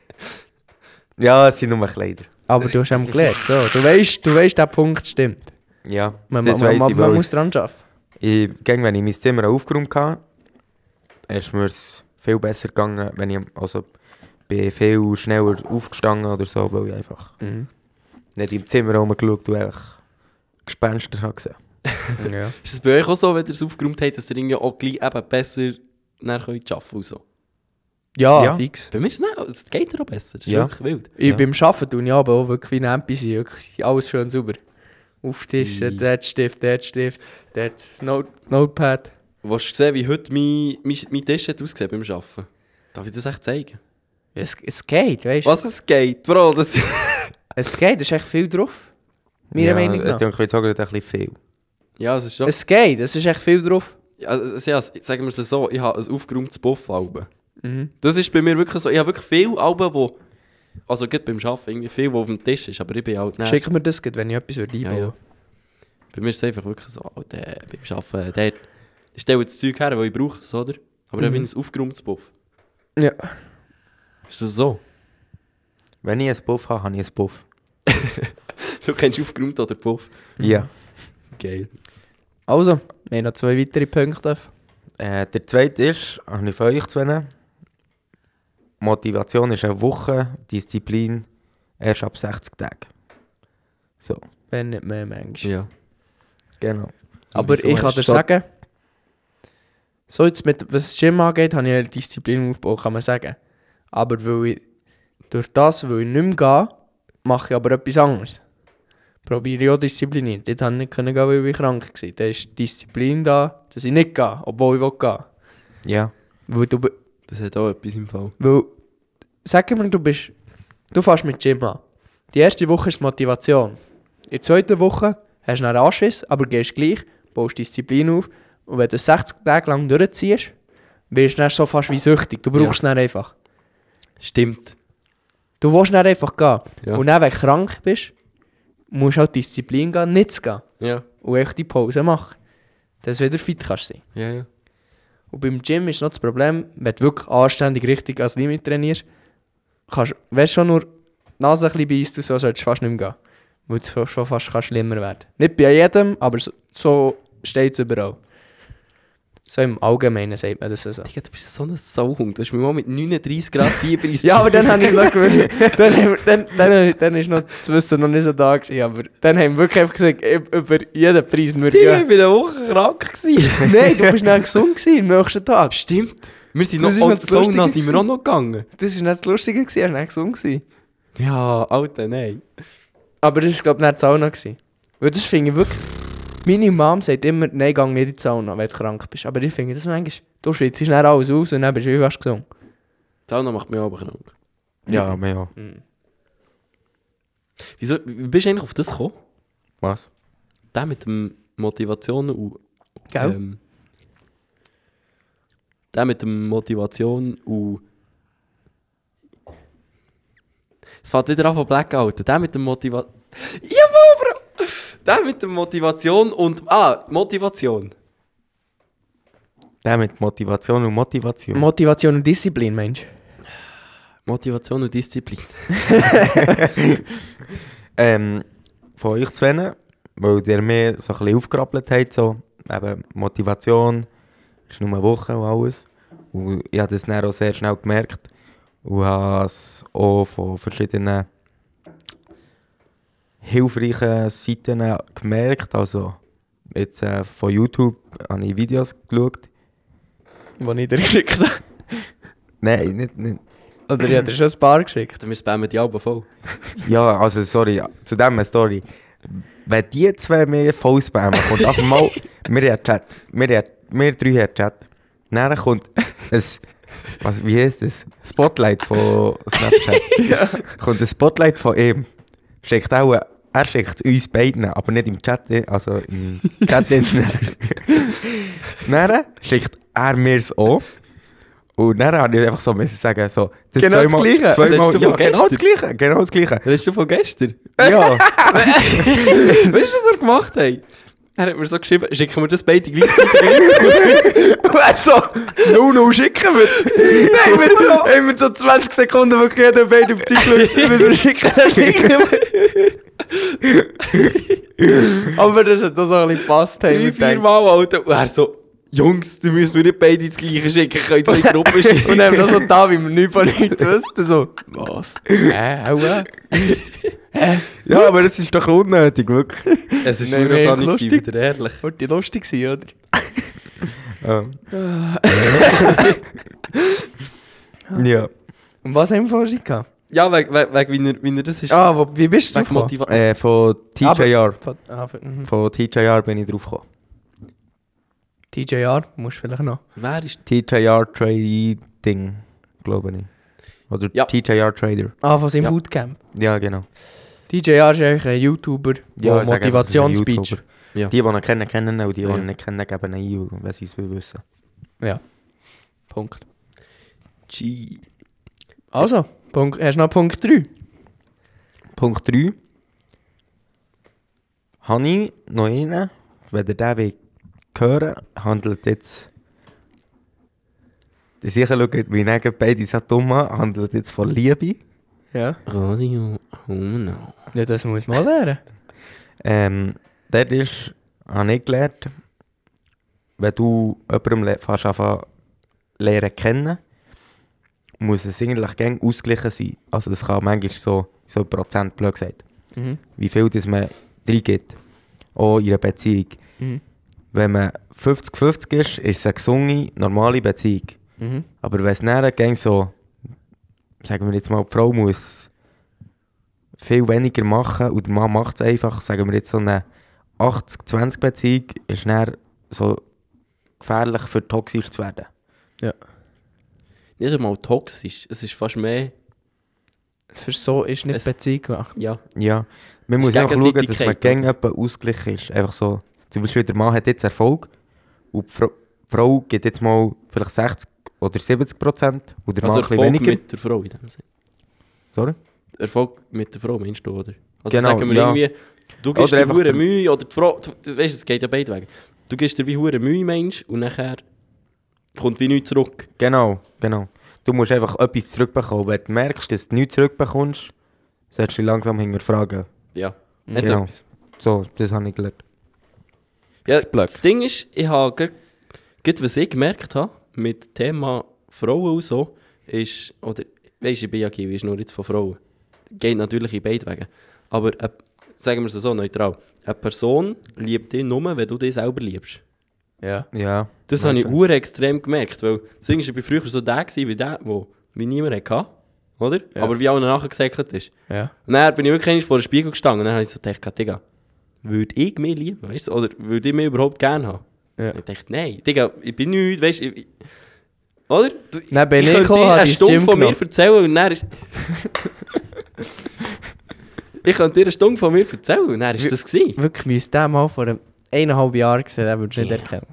Speaker 3: Ja, es sind nur Kleider.
Speaker 2: Aber du hast eben gelernt, so. Du weißt, du weißt, der Punkt stimmt.
Speaker 3: Ja,
Speaker 2: Man,
Speaker 3: das
Speaker 2: man,
Speaker 3: weiss
Speaker 2: man,
Speaker 3: ich,
Speaker 2: man
Speaker 3: weil
Speaker 2: muss dran arbeiten.
Speaker 3: ich, gegen wenn ich mein Zimmer aufgeräumt habe, ist mir es viel besser gegangen, wenn ich also bin viel schneller aufgestanden oder so, weil ich einfach
Speaker 2: Mhm.
Speaker 3: nicht im Zimmer rumgeschaut und einfach Gespenster habe gesehen.
Speaker 2: ja.
Speaker 1: Ist es bei euch auch so, wenn ihr es aufgeräumt habt, dass ihr irgendwie auch gleich eben besser nachher könnt arbeiten könnt? So?
Speaker 2: Ja,
Speaker 3: Ja.
Speaker 2: fix.
Speaker 1: Bei mir ist es nicht, es geht ja auch besser. Das ist
Speaker 3: Ja.
Speaker 1: wirklich wild.
Speaker 2: Ich
Speaker 3: Ja.
Speaker 2: beim Arbeiten tue ich aber auch wirklich wie ein NPC, wirklich alles schön sauber. Auf den Tisch,
Speaker 1: Ei.
Speaker 2: dort Stift, dort Stift, dort Note Notepad.
Speaker 1: Willst du gesehen, wie heute mein, mein, mein Tisch hat ausgesehen beim Arbeiten? Darf ich das echt zeigen?
Speaker 2: Es, es geht, weißt du?
Speaker 1: Was es geht, Bro, das...
Speaker 2: Es geht, es ist echt viel drauf. meiner
Speaker 3: ja,
Speaker 2: Meinung
Speaker 3: Es
Speaker 2: nach.
Speaker 3: denke ich jetzt auch gerade ein bisschen viel.
Speaker 1: Ja, es ist schon...
Speaker 2: Es geht, es ist echt viel drauf.
Speaker 1: Also, also, ja, sagen wir es so, ich habe ein aufgeräumtes Buff-Album.
Speaker 2: Mhm.
Speaker 1: Das ist bei mir wirklich so. Ich habe wirklich viele Alben, wo Also, gerade beim Arbeiten, irgendwie viel, wo auf dem Tisch ist. Aber ich bin halt nicht.
Speaker 2: Schick mir das, gerade, wenn ich etwas würde
Speaker 1: Ja,
Speaker 2: einbauen
Speaker 1: ja. Bei mir ist es einfach wirklich so, Alter, beim Arbeiten, der. Ich stelle das Zeug her, das ich brauche, so, oder? Aber dann
Speaker 2: Mhm.
Speaker 1: finde ich es aufgeräumtes Buff.
Speaker 2: Ja.
Speaker 1: Ist das so?
Speaker 3: Wenn ich einen Puff habe, habe ich einen Puff.
Speaker 1: Du kennst aufgeräumt oder Puff.
Speaker 2: Mhm.
Speaker 3: Ja.
Speaker 1: Geil.
Speaker 2: Also, wir haben noch zwei weitere Punkte.
Speaker 3: Äh, der zweite ist, habe ich für euch zu nennen. Motivation ist eine Woche, Disziplin erst ab 60 Tagen. So,
Speaker 2: Wenn nicht mehr, manchmal.
Speaker 1: Ja.
Speaker 3: genau.
Speaker 2: Aber
Speaker 1: Wieso
Speaker 2: ich kann
Speaker 1: hast
Speaker 2: dir
Speaker 1: du-
Speaker 2: sagen, so jetzt mit, was das Gym angeht, habe ich eine Disziplin aufgebaut, kann man sagen. Aber weil ich, durch das, weil ich nicht mehr gehe, mache ich aber etwas anderes. Probiere ich auch diszipliniert. Jetzt konnte ich nicht können gehen, weil ich krank war. Da ist Disziplin da, dass ich nicht gehe, obwohl ich will gehen
Speaker 3: Ja.
Speaker 2: Weil du, be-
Speaker 1: Das hat auch etwas im Fall.
Speaker 2: weil, sag mir, du bist, du fährst mit Gym an. Die erste Woche ist die Motivation. In der zweiten Woche hast du einen Anschiss, aber gehst gleich, baust Disziplin auf. Und wenn du es 60 Tage lang durchziehst, wirst du dann so fast wie süchtig. Du brauchst es dann einfach.
Speaker 1: Stimmt.
Speaker 2: Du willst dann einfach gehen.
Speaker 1: Ja.
Speaker 2: Und dann, wenn du krank bist, musst du halt Disziplin gehen, nicht zu gehen.
Speaker 1: Ja.
Speaker 2: Und echt die Pause machen. Dass du wieder fit kannst sein.
Speaker 1: Ja, ja.
Speaker 2: Und beim Gym ist noch das Problem, wenn du wirklich anständig richtig als Limit trainierst, kannst, wenn schon nur die Nase ein bisschen beißt, und so solltest du fast nicht mehr gehen. Weil es schon- schon fast kann schlimmer werden Nicht bei jedem, aber so, so steht es überall. So im Allgemeinen sagt man das so.
Speaker 1: Digga, du bist so ein Sauhund. Du hast mich mal mit 39 Grad Fieber ins
Speaker 2: Ja, aber
Speaker 1: Gym-
Speaker 2: dann habe ich es noch gewusst. dann, haben wir- dann, dann, dann ist noch das Wissen noch nicht so da gewesen, aber dann haben wir wirklich einfach gesagt, eb- über jeden Preis würde
Speaker 1: Digga, ich
Speaker 2: gehen.
Speaker 1: bin eine Woche krank gewesen.
Speaker 2: Nein, du bist dann gesund gewesen, am nächsten Tag.
Speaker 1: Stimmt. Wir sind noch,
Speaker 2: Das ist noch
Speaker 1: und
Speaker 2: das
Speaker 1: so nah
Speaker 2: Lustige
Speaker 1: sind wir auch noch gegangen.
Speaker 2: Das war nicht das Lustige, gewesen, er war nicht gesund. Gewesen.
Speaker 1: Ja, Alter, nein.
Speaker 2: Aber das war, glaube ich, nicht die Sauna. Gewesen. Weil das finde ich wirklich... Meine Mom sagt immer, nein, geh nicht in die Sauna, wenn du krank bist. Aber ich finde das manchmal... Du schwitzt dann alles aus und dann bist du wie fast gesund.
Speaker 1: Die Sauna macht mich aber krank.
Speaker 3: Ja, mehr auch.
Speaker 1: Wieso, wie bist du eigentlich auf das gekommen?
Speaker 3: Was?
Speaker 1: Der mit dem Motivation und.
Speaker 2: Gell?
Speaker 1: Ähm, der mit dem Motivation und. Es fällt wieder an von Blackout. Der mit dem Motivation. Jawohl, Bro! Der mit dem Motivation und. Ah, Motivation.
Speaker 3: Der mit Motivation und Motivation.
Speaker 2: Motivation und Disziplin, Mensch.
Speaker 1: Motivation und Disziplin.
Speaker 3: ähm, von euch zu nennen, weil ihr mir so ein bisschen aufgerappelt habt, so eben Motivation, ist nur eine Woche und alles. Und ich habe das dann auch sehr schnell gemerkt und habe es auch von verschiedenen hilfreichen Seiten gemerkt. Also jetzt äh, von YouTube habe ich Videos geschaut.
Speaker 2: Die ich dir geschickt habe.
Speaker 3: Nein, nicht, nicht.
Speaker 2: Oder ich habe dir schon ein paar geschickt.
Speaker 1: Dann spammen die Alben voll.
Speaker 3: Ja, also sorry, zu dem eine Story. Wenn die zwei mir voll spammen, kommt auf einmal, wir haben einen Chat, wir, haben, wir drei haben einen Chat. Dann kommt ein, was, wie heißt das? Spotlight von Snapchat. Kommt ein Spotlight von ihm. Schickt auch, ein- er schickt uns beiden, aber nicht im Chat, also im Chat. drin. dann schickt er mir es auch. Und dann habe ich einfach so müssen sagen, so, das ist
Speaker 2: Genau das Gleiche. Das
Speaker 3: Zweimal,
Speaker 1: hast du
Speaker 3: ja,
Speaker 1: von
Speaker 3: genau das
Speaker 1: gestern.
Speaker 3: Gleiche, genau das Gleiche.
Speaker 1: Das ist schon von gestern.
Speaker 3: Ja,
Speaker 1: weißt du, was er gemacht hat? Er hat mir so geschrieben, schicken wir das beide gleichzeitig.
Speaker 2: Also, no, no, schicken wir. Nein, wir haben wir so 20 Sekunden, wo jeder beide auf die Zeit schaut, müssen wir schicken, dann schicken wir. Aber das hat auch so ein bisschen gepasst. haben wir
Speaker 1: Drei, vier
Speaker 2: gedacht.
Speaker 1: Mal, Alter. Und er so, Jungs, die müssen wir nicht beide ins Gleiche schicken, können zwei Gruppen schicken.
Speaker 2: Und dann haben wir so da, wie wir nichts von nichts wüssten, so, was? Äh, auch äh.
Speaker 3: ja, aber das ist doch unnötig, wirklich.
Speaker 1: es ist
Speaker 2: Nein,
Speaker 1: nur
Speaker 2: wir
Speaker 1: noch
Speaker 2: haben
Speaker 1: nicht
Speaker 2: lustig.
Speaker 1: wieder ehrlich.
Speaker 2: Wollte die lustig sein, oder?
Speaker 3: Ähm. ja.
Speaker 2: Und was haben wir vorher gehabt?
Speaker 1: Ja, wegen, wegen, wegen wie, er, wie er das ist.
Speaker 2: Ah, wo, wie bist du
Speaker 1: wegen
Speaker 2: drauf
Speaker 1: Motivation.
Speaker 3: Äh, von TJR.
Speaker 2: gekommen? Von- ah, von- mhm.
Speaker 3: Von TJR bin ich drauf gekommen.
Speaker 2: TJR, musst du vielleicht noch.
Speaker 1: Wer ist
Speaker 3: TJR Trading, glaube ich. Oder
Speaker 1: Ja.
Speaker 3: TJR Trader.
Speaker 2: Ah, von seinem
Speaker 1: Ja.
Speaker 2: Bootcamp.
Speaker 3: Ja, genau.
Speaker 2: DJ Arsch ist eigentlich ein YouTuber,
Speaker 3: Ja,
Speaker 2: der
Speaker 3: ich sag einfach, das ist ein
Speaker 2: Motivationsspeech.
Speaker 3: YouTuber.
Speaker 1: Ja.
Speaker 3: Die, die ihn kennen, kennen ihn. Und die, die
Speaker 1: Ja.
Speaker 3: ihn nicht kennen, geben ihn ein, wenn sie es will wissen.
Speaker 2: Punkt.
Speaker 1: G.
Speaker 2: Also, Punkt, hast du noch Punkt 3?
Speaker 3: Punkt 3. Habe ich noch einen, wenn ihr den wollt hören handelt jetzt. Die sicher schaut mich neben beide so dumm an, handelt jetzt von Liebe.
Speaker 2: Ja.
Speaker 1: Radio Humano.
Speaker 2: Ja, das muss man lernen.
Speaker 3: Ähm, dort ist, habe ich gelernt, wenn du jemandem le- fast anfangen lernen kennen, muss es eigentlich gäng ausgeglichen sein. Also es kann manchmal so, so Prozent blöd gesagt,
Speaker 2: mhm.
Speaker 3: wie viel das man reingibt. Auch in einer Beziehung.
Speaker 2: Mhm.
Speaker 3: Wenn man 50-50 ist, ist es eine gesunde, normale Beziehung.
Speaker 2: Mhm.
Speaker 3: Aber wenn es näher ging, so, sagen wir jetzt mal, die Frau muss viel weniger machen und der Mann macht es einfach, sagen wir jetzt so eine 80-20-Beziehung, ist näher so gefährlich für toxisch zu werden.
Speaker 1: Nicht einmal toxisch. Es ist fast mehr.
Speaker 2: Für so ist nicht
Speaker 1: Es-
Speaker 2: Beziehung gemacht.
Speaker 1: Ja.
Speaker 3: Ja, man
Speaker 1: Ist
Speaker 3: muss einfach schauen, dass man
Speaker 1: Gegenseitigkeit,
Speaker 3: gegen jemanden ausgeglichen ist. Einfach so, zum Beispiel der Mann hat jetzt Erfolg und die Fra- Frau gibt jetzt mal vielleicht 60 oder 70 Prozent und der Mann
Speaker 1: Also
Speaker 3: ein bisschen
Speaker 1: Erfolg
Speaker 3: weniger.
Speaker 1: mit der Frau in dem Sinne.
Speaker 3: Sorry?
Speaker 1: Erfolg mit der Frau meinst du, oder? Also
Speaker 3: Genau,
Speaker 1: sagen wir
Speaker 3: ja.
Speaker 1: irgendwie, du gibst
Speaker 3: Oder
Speaker 1: dir
Speaker 3: einfach
Speaker 1: hure
Speaker 3: der-
Speaker 1: Mühe oder die Frau, du, das, weißt, es geht ja beide Wege. Du gibst dir wie hure Mühe, Mensch, und nachher kommt wie nichts zurück.
Speaker 3: Genau, genau. Du musst einfach etwas zurückbekommen. Wenn du merkst, dass du nichts zurückbekommst, solltest du dich langsam hinterfragen.
Speaker 1: Ja,
Speaker 2: Mhm.
Speaker 1: hat
Speaker 3: Genau.
Speaker 1: etwas.
Speaker 3: So, das habe ich gelernt.
Speaker 1: Ja, das Ding ist, ich habe gr- grad, was ich gemerkt habe mit Thema Frauen und so, ist, oder weißt, ich bin ja Kiwi, ist nur jetzt von Frauen. Geht natürlich in beide Wege. Aber äh, sagen wir es so neutral. Eine Person liebt dich nur, wenn du dich selber liebst.
Speaker 2: Ja.
Speaker 3: Ja.
Speaker 1: Das
Speaker 3: Ja,
Speaker 1: habe ich
Speaker 3: stimmt.
Speaker 1: ur extrem gemerkt, weil das Ding ist, ich war früher so der, gewesen, wie der, wo wie niemand hatte, oder?
Speaker 2: Ja.
Speaker 1: Aber wie auch nachher gesäckelt ist.
Speaker 2: Ja.
Speaker 1: Und dann bin ich wirklich einmal vor den Spiegel gestanden und dann habe ich so gedacht, Digga, würde ich mich lieben, weißt du? Oder würde ich mich überhaupt gerne haben?
Speaker 2: Ja.
Speaker 1: Ich dachte, nein, Digga, ich bin nichts, weißt du? ich- ich- Oder? Du,
Speaker 2: Dann bin ich
Speaker 1: könnte
Speaker 2: gekommen,
Speaker 1: dir
Speaker 2: habe
Speaker 1: eine
Speaker 2: dein
Speaker 1: Stunde
Speaker 2: Gym
Speaker 1: von mir
Speaker 2: genommen.
Speaker 1: erzählen und dann ist... ich könnte dir eine Stunde von mir erzählen und dann ist das gewesen.
Speaker 2: Wirklich, wie es den mal vor einem eineinhalb Jahren gesehen den würdest du nicht erkennen.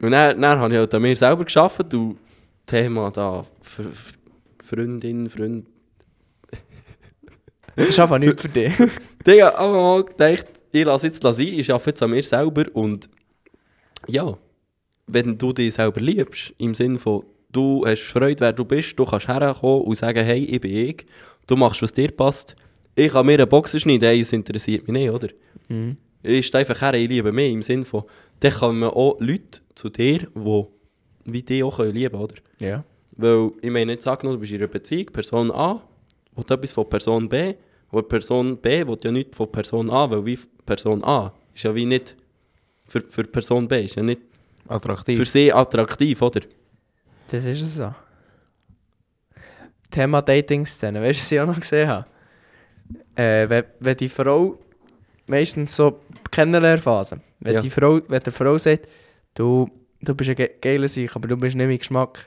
Speaker 1: Und dann, dann habe ich halt an mir selber gearbeitet und Thema da, F F Freundin, Freund...
Speaker 2: Das ist einfach nichts für dich.
Speaker 1: Digga, oh, aber mal gedacht, ich lasse jetzt sein, ich arbeite jetzt an mir selber und ja, wenn du dich selber liebst, im Sinne von, du hast Freude, wer du bist, du kannst herkommen und sagen, hey, ich bin ich, du machst, was dir passt, ich kann mir eine Boxen schneiden, hey, es interessiert mich nicht, oder?
Speaker 2: Mhm.
Speaker 1: Ich stehe einfach her, ich liebe mich, im Sinne von, dann kommen auch Leute zu dir, die wie dich auch können lieben oder?
Speaker 2: Ja.
Speaker 1: Weil, ich meine, jetzt angenommen, du bist in einer Beziehung, Person A will etwas von Person B und Person B will ja nichts von Person A, weil wie Person A ist ja wie nicht für, für Person B, ist ja nicht
Speaker 3: Attraktiv.
Speaker 1: für sie attraktiv, oder?
Speaker 2: Das ist es so. Thema Dating-Szene, weißt du, was ich auch noch gesehen habe? Äh, wenn, wenn die Frau meistens so Kennenlernphase, wenn
Speaker 1: Ja.
Speaker 2: die Frau, wenn der Frau sagt, du, du bist ein ge- geiler Sieg, aber du bist nicht mein Geschmack.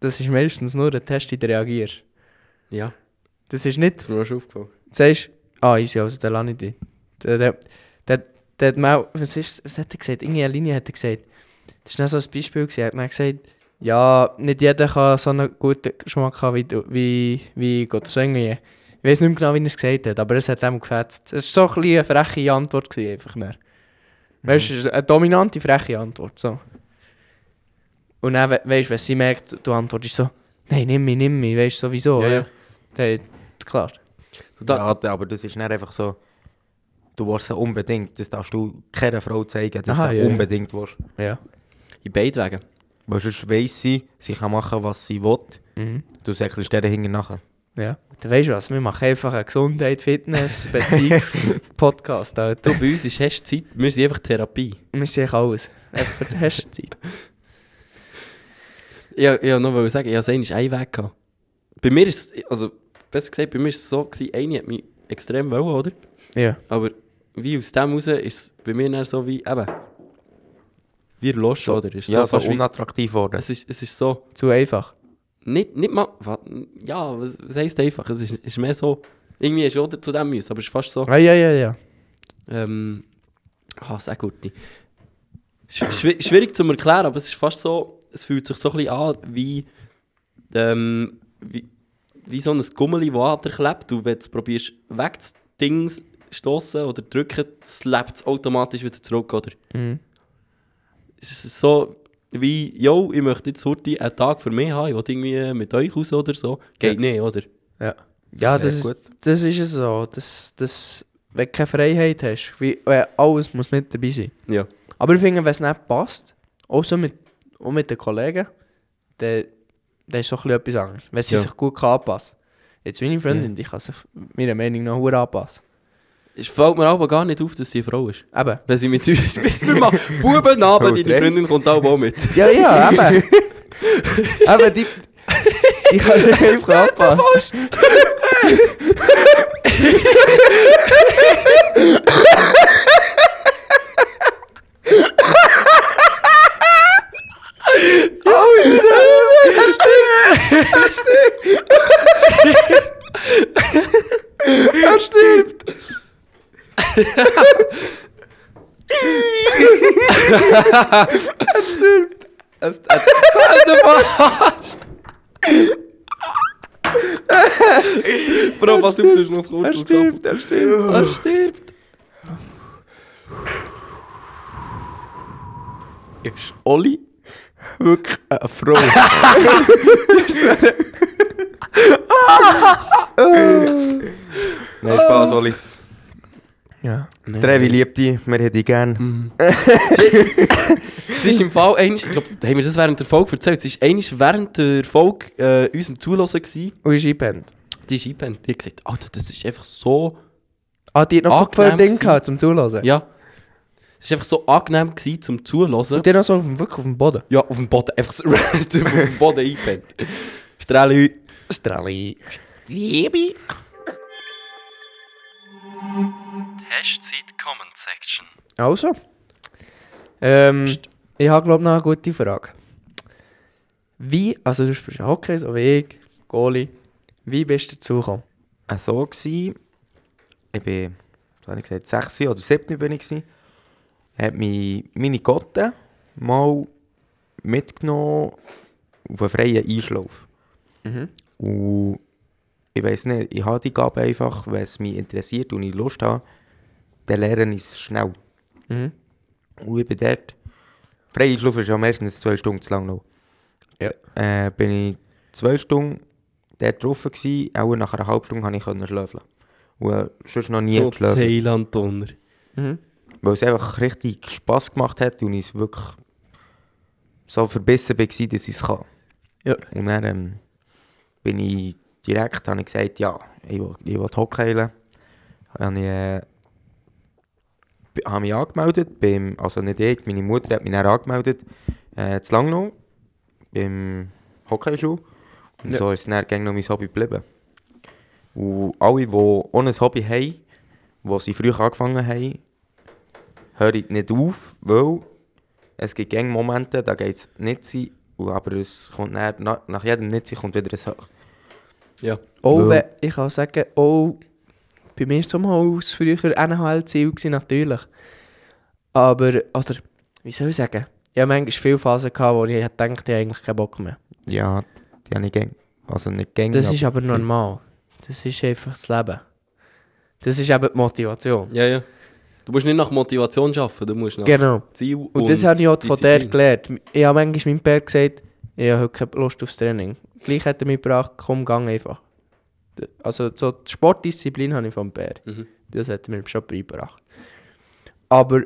Speaker 2: Das ist meistens nur ein Test, wie du reagierst.
Speaker 1: Ja,
Speaker 2: Das ist nicht,
Speaker 1: das ist mir auch schon aufgefallen.
Speaker 2: du sagst, ah, easy, also dann lasse ich dich. Der, der, der, der hat mal, was, ist, was hat er gesagt? Irgendeine Linie hat er gesagt. Das war dann so ein Beispiel. Gewesen. Er hat mir gesagt, ja, nicht jeder kann so einen guten Geschmack haben wie, du- wie, wie Gott so irgendwie. Ich weiß nicht mehr genau, wie er es gesagt hat, aber es hat ihm gefetzt. Es war so ein bisschen eine freche Antwort. Gewesen, einfach mehr.
Speaker 1: Mhm.
Speaker 2: Weißt du, es ist eine dominante, freche Antwort. So. Und dann, we weißt du, wenn sie merkt, du antwortest so, nein, nimm mich, nimm mich, weißt du sowieso.
Speaker 1: Ja, ja.
Speaker 2: oder? Dann, klar.
Speaker 1: Und Da,
Speaker 3: ja, da- aber das ist nicht einfach so, du willst sie unbedingt. Das darfst du keiner Frau zeigen, dass
Speaker 2: Aha,
Speaker 3: du sie
Speaker 2: ja, ja.
Speaker 3: unbedingt willst.
Speaker 2: Ja.
Speaker 1: In beiden Wegen.
Speaker 3: Weil sonst weiss sie, sie kann machen, was sie will.
Speaker 2: Mhm.
Speaker 3: Du säckelst denen hinten nachher.
Speaker 2: Ja. Dann weißt du was, wir machen einfach einen Gesundheit, Fitness, Beziehungs-Podcast. Alter.
Speaker 1: Du, bei uns ist, hast du Zeit, wir sind einfach Therapie.
Speaker 2: Wir sehen alles. Einfach hast du Zeit.
Speaker 1: Ich, ich wollte noch sagen, ich hatte einmal einen Weg. Gehabt. Bei mir ist es, also besser gesagt, bei mir ist es so, gewesen, eine hat mich extrem wollen, oder?
Speaker 2: Ja.
Speaker 1: Aber wie aus dem raus ist es bei mir dann so wie, eben, wie erlosch, oder? Ist
Speaker 3: Ja, so,
Speaker 1: fast wie-
Speaker 3: unattraktiv worden.
Speaker 1: es, ist, es ist so,
Speaker 2: Zu einfach.
Speaker 1: nicht, nicht mal, wa- ja, was, was heisst einfach? Es ist, ist mehr so, Irgendwie ist schon zu dem müssen, aber es ist fast so.
Speaker 2: Ja, ja, ja, ja.
Speaker 1: Ähm, ah, sag gut nicht. Schw schwi- schwierig zu erklären, aber es ist fast so, es fühlt sich so ein bisschen an wie, ähm, wie, wie so ein Gummeli, das an dir klebt. Und wenn du es probierst, weg das Ding stoßen oder drücken, slappt es automatisch wieder zurück, oder?
Speaker 2: Mhm.
Speaker 1: Es ist so wie, yo, ich möchte jetzt heute einen Tag für mich haben, ich will irgendwie mit euch raus oder so. Geht nicht, oder?
Speaker 2: Ja, ja
Speaker 3: sehr
Speaker 2: das, ist,
Speaker 3: gut.
Speaker 2: das ist es so. Das, das, wenn du keine Freiheit hast, wie, äh, alles muss mit dabei sein.
Speaker 1: Ja.
Speaker 2: Aber ich finde, wenn es nicht passt, auch so mit, auch mit den Kollegen, dann, dann ist so ein bisschen etwas anderes. Wenn sie
Speaker 1: Ja.
Speaker 2: sich gut kann anpassen Jetzt meine Freundin, die kann sich meiner Meinung nach verdammt anpassen.
Speaker 1: Es fällt mir aber gar nicht auf, dass sie eine Frau ist.
Speaker 2: Eben.
Speaker 1: Wenn sie mit uns wir mal Buben
Speaker 3: Oh,
Speaker 1: abend, deine
Speaker 3: drei.
Speaker 1: Freundin kommt auch mal mit.
Speaker 2: Ja, ja, eben.
Speaker 3: Eben, die... Die kann sich nicht anpassen.
Speaker 1: Es hat Arsch! Bro, was du bist noch kurz Er stirbt, er stirbt. Er stirbt.
Speaker 3: Ist Oli wirklich eine Frau? Nein, Spaß, Oli.
Speaker 2: ja.
Speaker 3: Trevi liebt dich, wir hätten dich gern.
Speaker 1: Es ist im Fall eins, ich glaube, haben wir das während der Folge erzählt, es war eins während der Folge äh, unserem Zuhören gewesen.
Speaker 2: Und ist eingepennt.
Speaker 1: Die ist eingepennt, die hat gesagt, Alter, das ist einfach so,
Speaker 2: Ah, die hat noch
Speaker 1: Angenehm
Speaker 2: ein Ding
Speaker 1: gewesen.
Speaker 2: gehabt, zum Zuhören.
Speaker 1: ja. Es war einfach so angenehm gewesen, zum Zuhören.
Speaker 2: Und die hat noch so auf dem, wirklich auf dem Boden.
Speaker 1: Ja, auf dem Boden, einfach so random auf dem Boden eingepennt. Strahli.
Speaker 2: Strahli.
Speaker 1: Liebe.
Speaker 4: Hashtag Comment Section.
Speaker 2: Also. Ähm, ich habe, glaube ich, noch eine gute Frage. Wie, also du spielst ja Hockey, so wie ich, Goalie, wie bist du dazu gekommen?
Speaker 3: Äh, so war ich. Ich bin, was habe ich gesagt, 6 oder 7 bin ich. gewesen. Hat mich meine Gotte mal mitgenommen auf einen freien Einschlauf. Und ich weiß nicht, ich habe die Gabe einfach, wenn es mich interessiert und ich Lust habe, dann lerne ich es schnell.
Speaker 2: Mhm.
Speaker 3: Und ich bin dort. Freie Einschlauf ist ja meistens zwei Stunden zu lang noch.
Speaker 2: Ja.
Speaker 3: Äh, bin ich zwei Stunden dort drauf gsi, auch nach einer halben Stunde konnte ich können schlafen. Und äh, sonst noch nie
Speaker 1: Und das
Speaker 3: geschlafen.
Speaker 1: Heiland Donner.
Speaker 2: Mhm.
Speaker 3: Weil es einfach richtig Spass gemacht hat und ich es wirklich so verbissen war, dass ich es kann.
Speaker 2: Ja.
Speaker 3: Und dann ähm, bin ich direkt, habe ich gesagt, ja, ich will, ich will Hockey spielen. Habe ich äh, b- habe mich angemeldet, beim, also nicht ich, meine Mutter hat mich dann angemeldet, äh, zu Langnau, beim Hockeyschule. Und
Speaker 2: Ja.
Speaker 3: so ist es dann gegen noch mein Hobby geblieben. Und alle, die ohne ein Hobby haben, wo sie früh angefangen haben, hören nicht auf, weil es gibt gerne Momente, da geht es nicht sein, und- aber es kommt dann, nach, nach jedem nicht sein kommt wieder ein Hoch.
Speaker 1: Ja.
Speaker 2: Auch
Speaker 3: Ja.
Speaker 2: wenn, ich kann sagen, auch bei mir war es Haus früher NHL-Ziel, gewesen, natürlich. Aber, oder, wie soll ich sagen? Ich hatte manchmal viele Phasen, gehabt, wo ich dachte, ich habe eigentlich keinen Bock mehr.
Speaker 3: Ja, die habe ich gerne. Also nicht gerne.
Speaker 2: Das ist aber normal. Das ist einfach das Leben. Das ist eben die Motivation.
Speaker 1: Ja, ja. Du musst nicht nach Motivation arbeiten, du musst nach
Speaker 2: Genau.
Speaker 1: Ziel
Speaker 2: Und, das habe ich auch von
Speaker 1: Disziplin.
Speaker 2: dort gelernt. Ich habe manchmal meinem Pär gesagt, ich habe heute keine Lust aufs Training. Gleich hat er mich gebracht, komm, gang einfach. D- Also so die Sportdisziplin habe ich vom Pär.
Speaker 1: Mhm.
Speaker 2: Das hat er mir schon beigebracht. Aber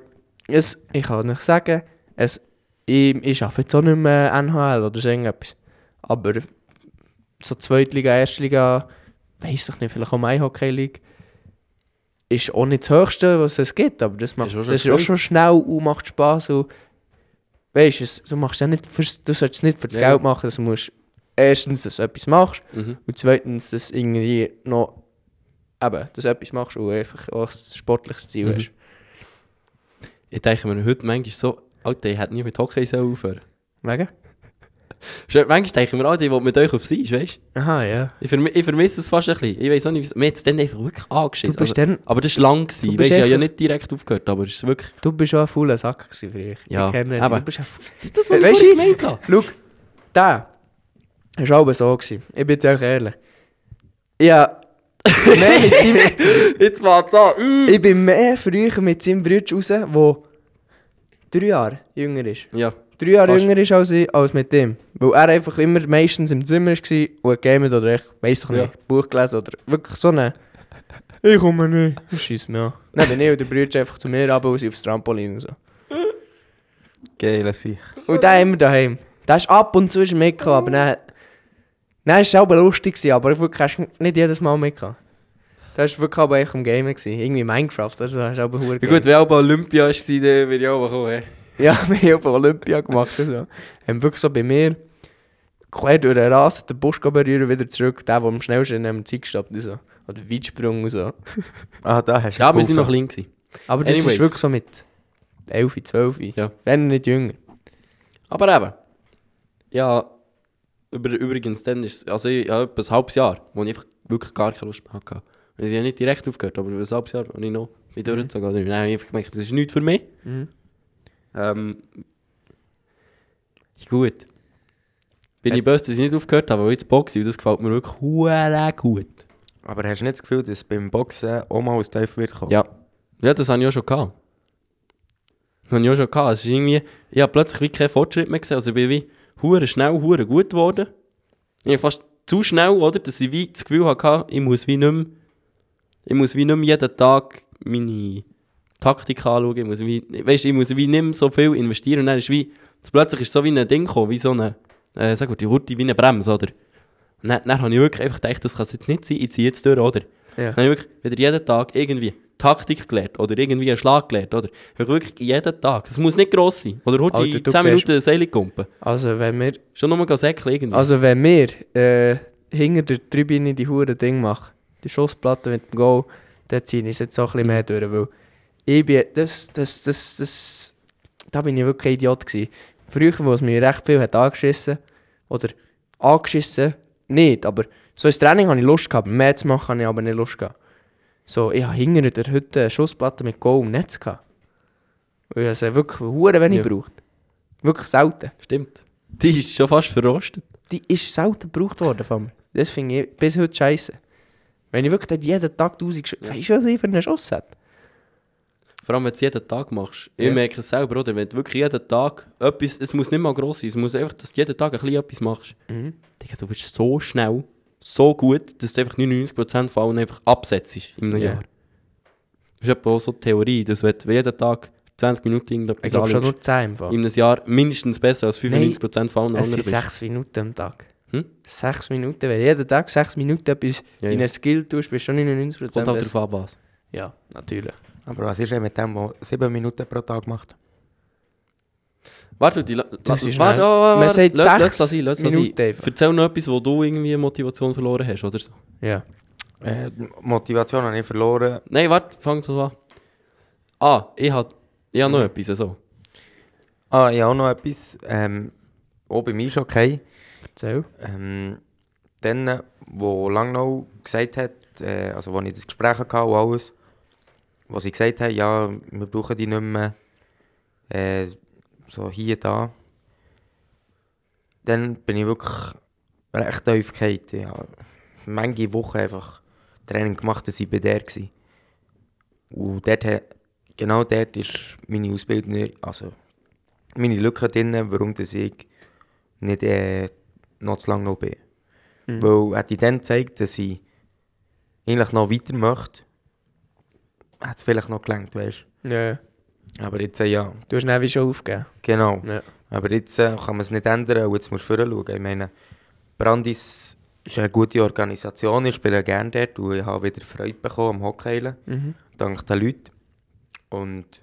Speaker 2: es, ich kann nicht sagen, es, ich, ich arbeite jetzt auch nicht mehr NHL oder so irgendetwas. Aber so Zweitliga, Erstliga, weiß ich nicht, vielleicht auch meine Hockey-League, ist auch nicht das Höchste, was es gibt. Aber das, macht,
Speaker 1: auch schon
Speaker 2: das ist auch
Speaker 1: cool.
Speaker 2: schon schnell und macht Spass. Und, weißt du, es- du, machst ja nicht fürs, du solltest es nicht für das
Speaker 1: Ja.
Speaker 2: Geld machen. Du musst erstens, dass du etwas machst.
Speaker 1: Mhm.
Speaker 2: Und zweitens, dass du irgendwie noch eben, dass du etwas machst und einfach auch ein sportliches Ziel
Speaker 1: Mhm.
Speaker 2: hast.
Speaker 1: Ich denke mir heute manchmal so, Alter, ich hätte nie mit Hockey sollen aufhören
Speaker 2: Wegen?
Speaker 1: Schon- Manchmal denken wir auch, die will mit euch auf sie, weißt du?
Speaker 2: Aha, ja.
Speaker 1: Ich, verm ich vermisse es fast ein bisschen. Ich weiß auch nicht, wieso. Mir hat es dann einfach wirklich angeschissen.
Speaker 2: Du bist
Speaker 1: also,
Speaker 2: dann-
Speaker 1: aber das war lang. Gewesen,
Speaker 2: Du
Speaker 1: weißt
Speaker 2: bist
Speaker 1: du, ich habe ja
Speaker 2: einfach-
Speaker 1: nicht direkt aufgehört, aber es ist wirklich.
Speaker 2: Du bist schon ein fauler Sack gewesen, vielleicht.
Speaker 1: Ja,
Speaker 2: Ich kenne dich.
Speaker 1: aber-
Speaker 2: Du bist ein fauler
Speaker 1: Das ist das,
Speaker 2: Weisst du-
Speaker 1: gemeint habe.
Speaker 2: Schau, der war auch so. Gewesen. Ich bin jetzt auch ehrlich. Ja. Nein, mit seinem,
Speaker 1: Jetzt fängt es an. Mm.
Speaker 2: ich bin mehr früher mit seinem Bruder raus, der drei Jahre jünger ist.
Speaker 1: Ja,
Speaker 2: Drei Jahre
Speaker 1: Fast.
Speaker 2: jünger ist als, ich, als mit ihm. Weil er einfach immer meistens im Zimmer war und hat gamet oder ich weiß doch nicht,
Speaker 1: Ja.
Speaker 2: Buch gelesen oder wirklich so eine. Ich komme nicht. Scheiss mir an. Dann bin ich und der Bruder einfach zu mir runter und sind aufs Trampolin und so.
Speaker 3: Geil, sicher.
Speaker 2: Und der immer daheim. Der ist ab und zu ist er mitgekommen,
Speaker 1: Oh.
Speaker 2: aber dann... Dann war es selber lustig, gewesen, aber wirklich hast du nicht jedes Mal mitgekommen. Da warst du wirklich aber echt am Gamen. Gewesen. Irgendwie Minecraft, also hast du aber verdammt
Speaker 1: ja
Speaker 2: gegamet.
Speaker 1: gut, wenn auch bei Olympia war, dann würde ich auch mal kommen. Hey.
Speaker 2: Ja, wir haben auf Olympia gemacht. und So. Haben wirklich so bei mir quer durch den Rasen den Busch berühren, wieder zurück. Der, der am schnellsten in einem Zeit gestoppt und so. Oder Weitsprung und so.
Speaker 3: Ah, da hast du
Speaker 1: Ja, wir waren noch klein.
Speaker 3: geholfen.
Speaker 1: Gewesen.
Speaker 2: Aber das
Speaker 1: Anyways.
Speaker 2: ist wirklich so mit 11, 12,
Speaker 1: Ja.
Speaker 2: wenn nicht jünger.
Speaker 1: Aber eben. Ja, über, übrigens, dann ist also ich, ja, etwa ein halbes Jahr, wo ich einfach wirklich gar keine Lust mehr hatte. Ich habe nicht direkt aufgehört, aber ein halbes Jahr, wo ich noch wieder mhm. durchgezogen habe. Dann habe ich einfach gemerkt, das ist nichts für mich.
Speaker 2: Mhm.
Speaker 1: Ähm, ist gut. Bin ich böse, dass ich nicht aufgehört habe, weil jetzt Boxen, und das gefällt mir wirklich huere gut.
Speaker 3: Aber hast du nicht das Gefühl, dass beim Boxen auch mal aus Teufel wird kommen?
Speaker 1: Ja. Ja, das habe ich auch schon gehabt. Das habe ich auch schon gehabt. Es ist irgendwie, ich habe plötzlich wie keinen Fortschritt mehr gesehen. Also ich bin wie hure schnell, hure gut geworden. Ich habe fast zu schnell, oder? Dass ich wie das Gefühl hatte, ich muss wie nicht mehr, ich muss wie nicht mehr jeden Tag meine Taktik anschauen. Ich muss wie, weißt, ich muss wie nicht mehr so viel investieren. Und dann ist wie, plötzlich ist so wie ein Ding gekommen, wie so eine, äh, sag mal, die Route wie eine Bremse, oder? Und dann, dann habe ich wirklich einfach gedacht, das kann es jetzt nicht sein, ich ziehe jetzt durch, oder?
Speaker 2: Ja.
Speaker 1: Dann habe ich wirklich wieder jeden Tag irgendwie Taktik gelernt oder irgendwie einen Schlag gelernt, oder? Ich habe wirklich jeden Tag. Es muss nicht gross sein. Oder heute
Speaker 2: Alter,
Speaker 1: in
Speaker 2: du
Speaker 1: 10
Speaker 2: siehst-
Speaker 1: Minuten eine Seile kumpen.
Speaker 2: Also wenn wir,
Speaker 1: Schon nur mal säckeln irgendwie.
Speaker 2: also wenn wir äh, hinter der Tribüne die hure Ding machen, die Schussplatte mit dem Goal, dann ziehe ich es jetzt auch ein bisschen mehr durch, weil ich bin, das, das, das, das, da bin ich wirklich ein Idiot gewesen. Früher, wo es mir recht viel hat angeschissen, oder angeschissen, nicht, aber so ins Training hatte ich Lust gehabt, mehr zu machen hatte ich aber nicht Lust gehabt. So, ich habe hinter der Hütte eine Schussplatte mit Goal im Netz gehabt. Und ich habe sie wirklich hure wenig
Speaker 1: Ja.
Speaker 2: gebraucht. Wirklich selten.
Speaker 1: Stimmt. Die ist schon fast verrostet.
Speaker 2: Die ist selten gebraucht worden Dus von mir. Das finde ich bis heute scheiße. Wenn ich wirklich dort jeden Tag 1000 Schüsse... Weißt du, was ich für einen Schuss hat?
Speaker 1: Vor allem, wenn du es jeden Tag machst. Ich
Speaker 2: Ja.
Speaker 1: merke es selber, oder? Wenn du wirklich jeden Tag etwas... Es muss nicht mal gross sein. Es muss einfach, dass du jeden Tag ein bisschen etwas machst. Digga, du wirst so schnell, so gut, dass du einfach 99% von allen einfach absetzt in einem
Speaker 2: Ja.
Speaker 1: Jahr. Das ist etwa auch so die Theorie, dass wenn du jeden Tag 20 Minuten irgendetwas
Speaker 2: Ich glaube schon
Speaker 1: anschaust,
Speaker 2: nur 10 im Fall.
Speaker 1: in einem Jahr mindestens besser als 95% von allen
Speaker 2: Es
Speaker 1: anderen
Speaker 2: sind
Speaker 1: bist.
Speaker 2: 6 Minuten am Tag.
Speaker 1: Hm?
Speaker 2: 6 Minuten. Wenn du jeden Tag 6 Minuten etwas
Speaker 1: Ja, ja.
Speaker 2: in einen Skill tust, bist du schon 99%
Speaker 1: Kommt halt
Speaker 2: besser.
Speaker 1: drauf an, was.
Speaker 2: Ja, natürlich.
Speaker 3: Aber was ist denn mit dem, der sieben Minuten pro Tag macht?
Speaker 1: Warte, die la-
Speaker 2: Das
Speaker 1: la-
Speaker 2: ist
Speaker 1: warte,
Speaker 2: nice.
Speaker 1: oh, warte,
Speaker 2: Man sagt
Speaker 1: lass-
Speaker 2: sechs
Speaker 1: lass das sein, lass das
Speaker 2: Minuten
Speaker 1: sein.
Speaker 2: einfach.
Speaker 1: Erzähl noch etwas, wo du irgendwie Motivation verloren hast, oder so.
Speaker 2: Ja.
Speaker 3: Äh, die Motivation habe ich verloren.
Speaker 1: Nein, warte, fang so an. Ah, ich habe ich hab noch etwas, also. so.
Speaker 3: Ah, ich habe auch noch etwas. Ähm, auch bei mir schon okay.
Speaker 2: Erzähl.
Speaker 3: Ähm, dann, wo nou Langnau gesagt hat, äh, also wo ich das Gespräch hatte und alles, wo sie gesagt haben, ja, wir brauchen die nicht mehr, äh, so hier, da. Dann bin ich wirklich recht tief gefallen. Ich habe manche Wochen einfach Training gemacht, dass ich bei der war. Und dort, hat- genau dort ist meine Ausbildung, also meine Lücke drin, warum dass ich nicht äh, noch zu lange noch bin.
Speaker 2: Mhm.
Speaker 3: Weil hätte ich dann gezeigt, dass ich eigentlich noch weiter möchte, hätte es vielleicht noch gelangt, weißt
Speaker 2: Ja. Mm.
Speaker 3: du. Aber jetzt äh, ja,
Speaker 2: Du hast Nevi schon aufgegeben.
Speaker 3: genau.
Speaker 2: Ja.
Speaker 3: Aber jetzt äh, kann man es nicht ändern und jetzt muss man schauen. Ich meine, eh, Brandis ist eine gute Organisation, ich spiele gerne dort und ich habe wieder Freude bekommen am Hockeylen,
Speaker 2: Mhm.
Speaker 3: dank den Leuten. Und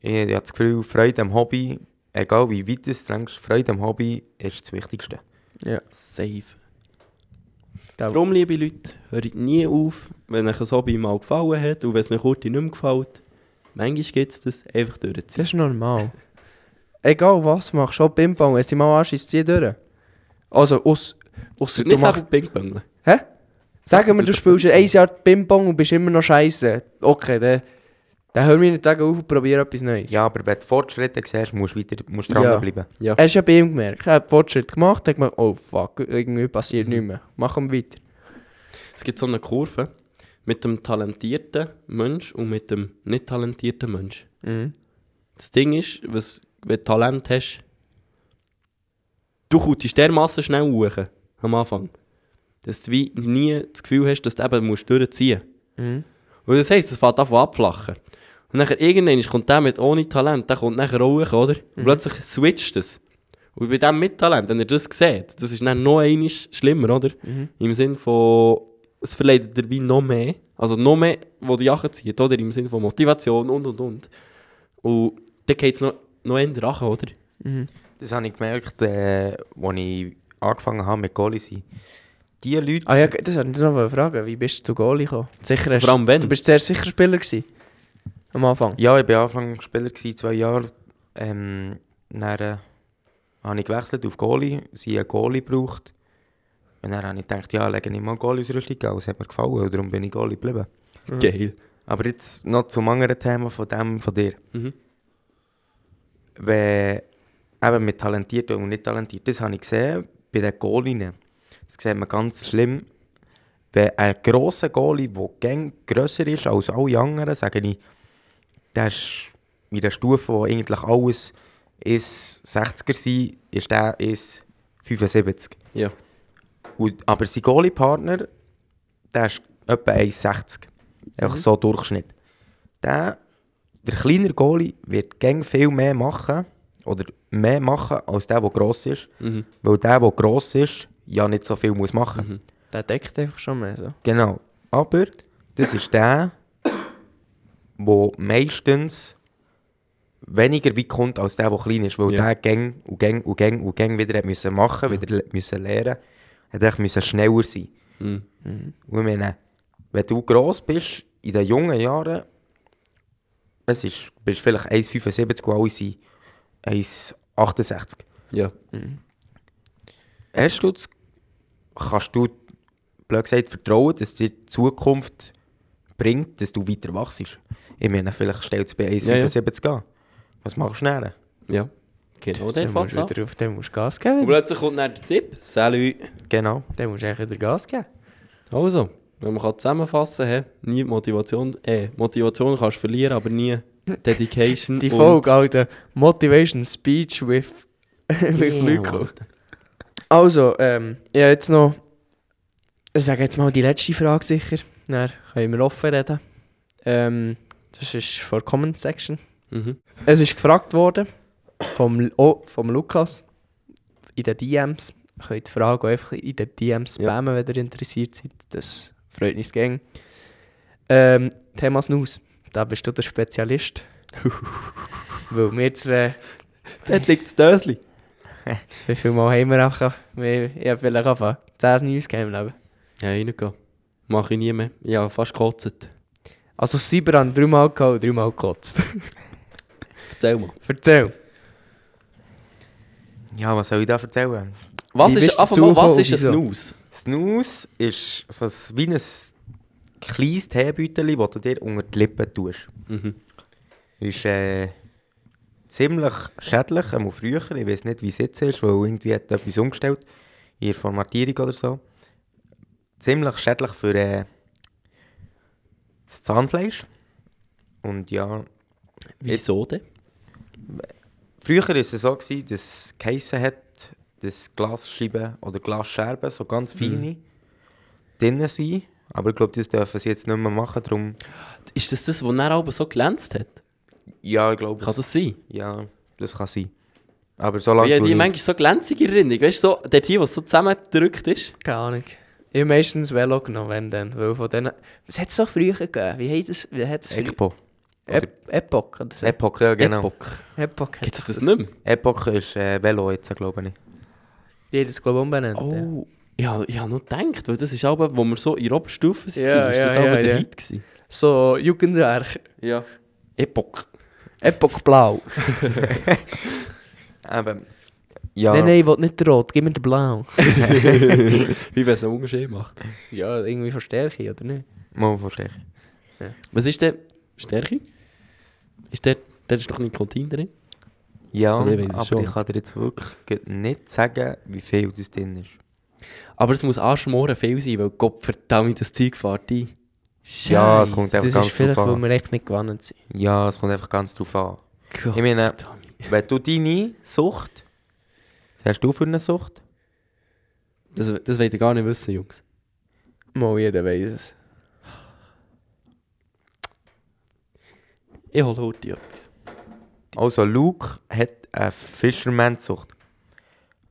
Speaker 3: ich habe das Gefühl, Freude am Hobby, egal wie weit es drängst, Freude am Hobby ist das Wichtigste.
Speaker 2: Ja.
Speaker 1: Safe.
Speaker 2: Da-
Speaker 1: Darum, liebe Leute, hört nie auf, wenn euch ein Hobby mal gefallen hat und wenn es euch heute nicht mehr gefällt. Manchmal gibt es das, einfach durchziehen.
Speaker 2: Das ist normal. Egal was machst, auch Ping-Pong, wenn sie mal anschießt, zieh durch. Also, aus, ausser du
Speaker 1: Nicht
Speaker 2: machst...
Speaker 1: einfach Ping-Pong.
Speaker 2: Hä? Sagen wir, du spielst ein Jahr Ping-Pong und bist immer noch scheiße. Okay, dann, dann hör mir nicht auf und probiere etwas Neues.
Speaker 3: Ja, aber wenn du Fortschritte siehst, musst du weiter musst
Speaker 2: Ja.
Speaker 3: dranbleiben.
Speaker 1: Ja.
Speaker 2: Er ist ja bei ihm gemerkt. Er hat Fortschritt gemacht, hat gemerkt, oh fuck, irgendwie
Speaker 1: Mhm.
Speaker 2: passiert nichts mehr. Machen wir weiter.
Speaker 1: Es gibt so eine Kurve mit dem talentierten Mensch und mit dem nicht talentierten Mensch. Das Ding ist, was, wenn du Talent hast, du kommst dermassen schnell hoch am Anfang, dass du wie nie das Gefühl hast, dass du eben musst durchziehen Mhm. musst. Und das heisst, es fängt an von abflachen. Und nachher irgendwann kommt der mit ohne Talent, der kommt nachher auch hoch, oder? Und plötzlich switcht es. Und bei dem mit Talent, wenn ihr das seht, das ist dann noch einmal schlimmer, oder? Im Sinn von, es verleitet dir wie noch mehr, also noch mehr, wo die Jacke zieht, oder? Im Sinn von Motivation und und und. Und dann geht es noch, noch eher nach, oder?
Speaker 3: Das habe ich gemerkt, äh, als ich angefangen habe mit Goalie sein. Die Leute...
Speaker 2: Ah ja, das wollte ich noch fragen. Wie bist du zu Goalie gekommen? Sicher hast,
Speaker 1: Vor allem wenn.
Speaker 2: Du bist zuerst sicher Spieler gewesen. Am Anfang.
Speaker 3: Ja, ich war Anfang Spieler, gewesen, zwei Jahre. Ähm, dann äh, habe ich gewechselt auf Goalie, sie einen Goalie gebraucht. Und dann habe ich gedacht, ja, lege ich mal Goalie aus Rüstung aus, hat mir gefallen, und darum bin ich Goalie geblieben.
Speaker 2: Mhm.
Speaker 1: Geil.
Speaker 3: Aber jetzt noch zum anderen Thema von dem von dir.
Speaker 1: Mhm.
Speaker 3: Wenn eben mit Talentierten und nicht Talentierten, das habe ich gesehen bei den Goalinnen. Das sieht man ganz schlimm. Wenn ein grosser Goalie, der gäng grösser ist als alle anderen, sage ich, der ist in der Stufe, wo eigentlich alles ist 60er sein, ist der ist 75.
Speaker 1: Ja.
Speaker 3: Und, aber sein Goalie-Partner, der ist etwa 1,60. Einfach so Durchschnitt. Der, der kleinere Goalie wird gäng viel mehr machen, oder mehr machen, als der, der gross ist.
Speaker 1: Mhm.
Speaker 3: Weil der, der gross ist, ja nicht so viel muss machen.
Speaker 2: Mhm. Der deckt einfach schon mehr so.
Speaker 3: Genau. Aber das ist der, der meistens weniger weit kommt als der, der klein ist, weil
Speaker 1: Ja.
Speaker 3: der gang und gang und gang und gang wieder hat müssen machen, wieder le- müssen lernen, hat echt müssen schneller sein.
Speaker 1: Mhm.
Speaker 3: Und ich meine, wenn du gross bist, in den jungen Jahren, es ist, bist vielleicht 1,75 und alle sind 1,68.
Speaker 1: Ja.
Speaker 3: Hast du das, kannst du, blöd gesagt, vertrauen, dass dir die Zukunft bringt, dass du weiter wachst? Ich meine, vielleicht stellt es bei 1,75 an. Was machst du dann?
Speaker 1: Ja. Genau, der
Speaker 2: Dann musst
Speaker 1: fängt
Speaker 2: du
Speaker 1: an.
Speaker 2: wieder auf den musst du Gas geben.
Speaker 1: Und
Speaker 2: wieder.
Speaker 1: plötzlich kommt dann der Tipp. Salut.
Speaker 3: Genau.
Speaker 2: Dann musst du eigentlich wieder Gas geben.
Speaker 1: Also, wenn man kann zusammenfassen kann, nie Motivation. Äh, Motivation kannst du verlieren, aber nie Dedication.
Speaker 2: Die
Speaker 1: und-
Speaker 2: Folge, Alter. Motivation Speech with, with
Speaker 1: Genau,
Speaker 2: Lyko.
Speaker 1: Alter.
Speaker 2: Also, ähm, ja, jetzt noch. Ich sage jetzt mal die letzte Frage sicher. Dann können wir offen reden. Ähm, das ist vor der Comment Section.
Speaker 1: Mhm.
Speaker 2: Es ist gefragt worden vom, oh, vom Lukas in den DMs. Ihr könnt die Frage auch einfach in den DMs
Speaker 1: Ja.
Speaker 2: spammen, wenn ihr interessiert seid. Das freut uns gern. Ähm, Thema Snooze. Da bist du der Spezialist. Weil wir zwei,
Speaker 1: Dort liegt das Dösli.
Speaker 2: wie viel Mal haben wir einfach, wir, ich habe vielleicht angefangen, 10 Snooze gegeben im Leben.
Speaker 1: Ja, reingehen. Mach ich nie mehr. Ja, fast gekotzt.
Speaker 2: Also Cyber haben dreimal gehauen, dreimal gekotzt.
Speaker 1: Erzähl mal.
Speaker 2: Erzähl.
Speaker 3: Ja, was soll ich da erzählen?
Speaker 1: Was
Speaker 2: Wie bist
Speaker 1: ist,
Speaker 2: du
Speaker 1: einfach mal, was
Speaker 2: dazu
Speaker 1: ist ein
Speaker 2: gekommen
Speaker 1: Snooze?
Speaker 3: Snooze ist so ein, wie ein kleines Teebeutel, das du dir unter die Lippen tust.
Speaker 1: Mhm.
Speaker 3: Ist äh, ziemlich schädlich, einmal früher. Ich weiß nicht, wie es jetzt ist, weil irgendwie hat etwas umgestellt. In der Formatierung oder so. Ziemlich schädlich für äh, das Zahnfleisch. Und ja,
Speaker 1: Wieso denn?
Speaker 3: Früher war es so, gewesen, dass es geheissen hat, dass Glasscheiben oder Glasscherben, so ganz
Speaker 1: Mhm.
Speaker 3: feine, drinnen sind. Aber ich glaube, das dürfen sie jetzt nicht mehr machen. Darum,
Speaker 1: Ist das das, was er aber so glänzt hat?
Speaker 3: ja, ich glaube,
Speaker 1: Kann das sein?
Speaker 3: ja, das kann sein. Aber solange
Speaker 1: Ja,
Speaker 3: du
Speaker 1: die
Speaker 3: nicht-
Speaker 1: manchmal so glänzige Erinnerung, weißt du, so, der Tier, was so zusammengedrückt ist.
Speaker 2: Keine Ahnung. Ich habe meistens Velo genommen, wenn dann. Weil von denen... Was hat es so früher gegeben? Wie hat es... Wie hat es früher-
Speaker 3: Epo.
Speaker 2: Ep Epoch oder so?
Speaker 3: Epoch, ja, genau.
Speaker 1: Epoch.
Speaker 2: Epoch.
Speaker 1: Gibt es das nicht mehr?
Speaker 3: Epoch ist äh, Velo jetzt, glaube ich.
Speaker 2: Die haben das, glaube ich, umbenannt. ja.
Speaker 1: Oh, ich habe ich hab noch gedacht, weil das ist aber, wo wir so in der Oberstufe waren,
Speaker 2: Ja,
Speaker 1: ist
Speaker 2: ja,
Speaker 1: das aber
Speaker 2: ja,
Speaker 1: der
Speaker 2: ja.
Speaker 1: Hit gewesen.
Speaker 2: So Jugendwerk.
Speaker 1: Ja. Epoch.
Speaker 2: Epoch Blau.
Speaker 3: Eben, Ja,
Speaker 2: Nein, nein, ich will nicht den Rot, gib mir den Blau.
Speaker 1: Wie wenn es einen Unterschied macht.
Speaker 2: ja, irgendwie von Stärke, oder nicht?
Speaker 3: mal verstehe.
Speaker 1: Was ist denn Stärke? Ist der, der ist doch nicht Kontin drin?
Speaker 3: Ja,
Speaker 1: Also ich weiss es
Speaker 3: aber
Speaker 1: schon.
Speaker 3: ich kann dir jetzt wirklich grad nicht sagen, wie viel das drin ist.
Speaker 1: Aber es muss anschmoren viel sein, weil Gott verdammt das Zeug fährt ein.
Speaker 3: Ja, es kommt
Speaker 2: Das
Speaker 3: einfach
Speaker 2: ist
Speaker 3: ganz
Speaker 2: vielleicht,
Speaker 3: drauf
Speaker 2: weil
Speaker 3: an.
Speaker 2: wir echt nicht gewonnen sind.
Speaker 3: Ja, es kommt einfach ganz drauf an.
Speaker 1: Gott
Speaker 3: Ich meine,
Speaker 1: verdammt.
Speaker 3: wenn du deine Sucht, was hast du für eine Sucht?
Speaker 1: Das, das wollt ihr gar nicht wissen, Jungs.
Speaker 2: Mal jeder weiß es.
Speaker 1: Ich hole heute etwas.
Speaker 3: Also Luke hat eine Fischermansucht.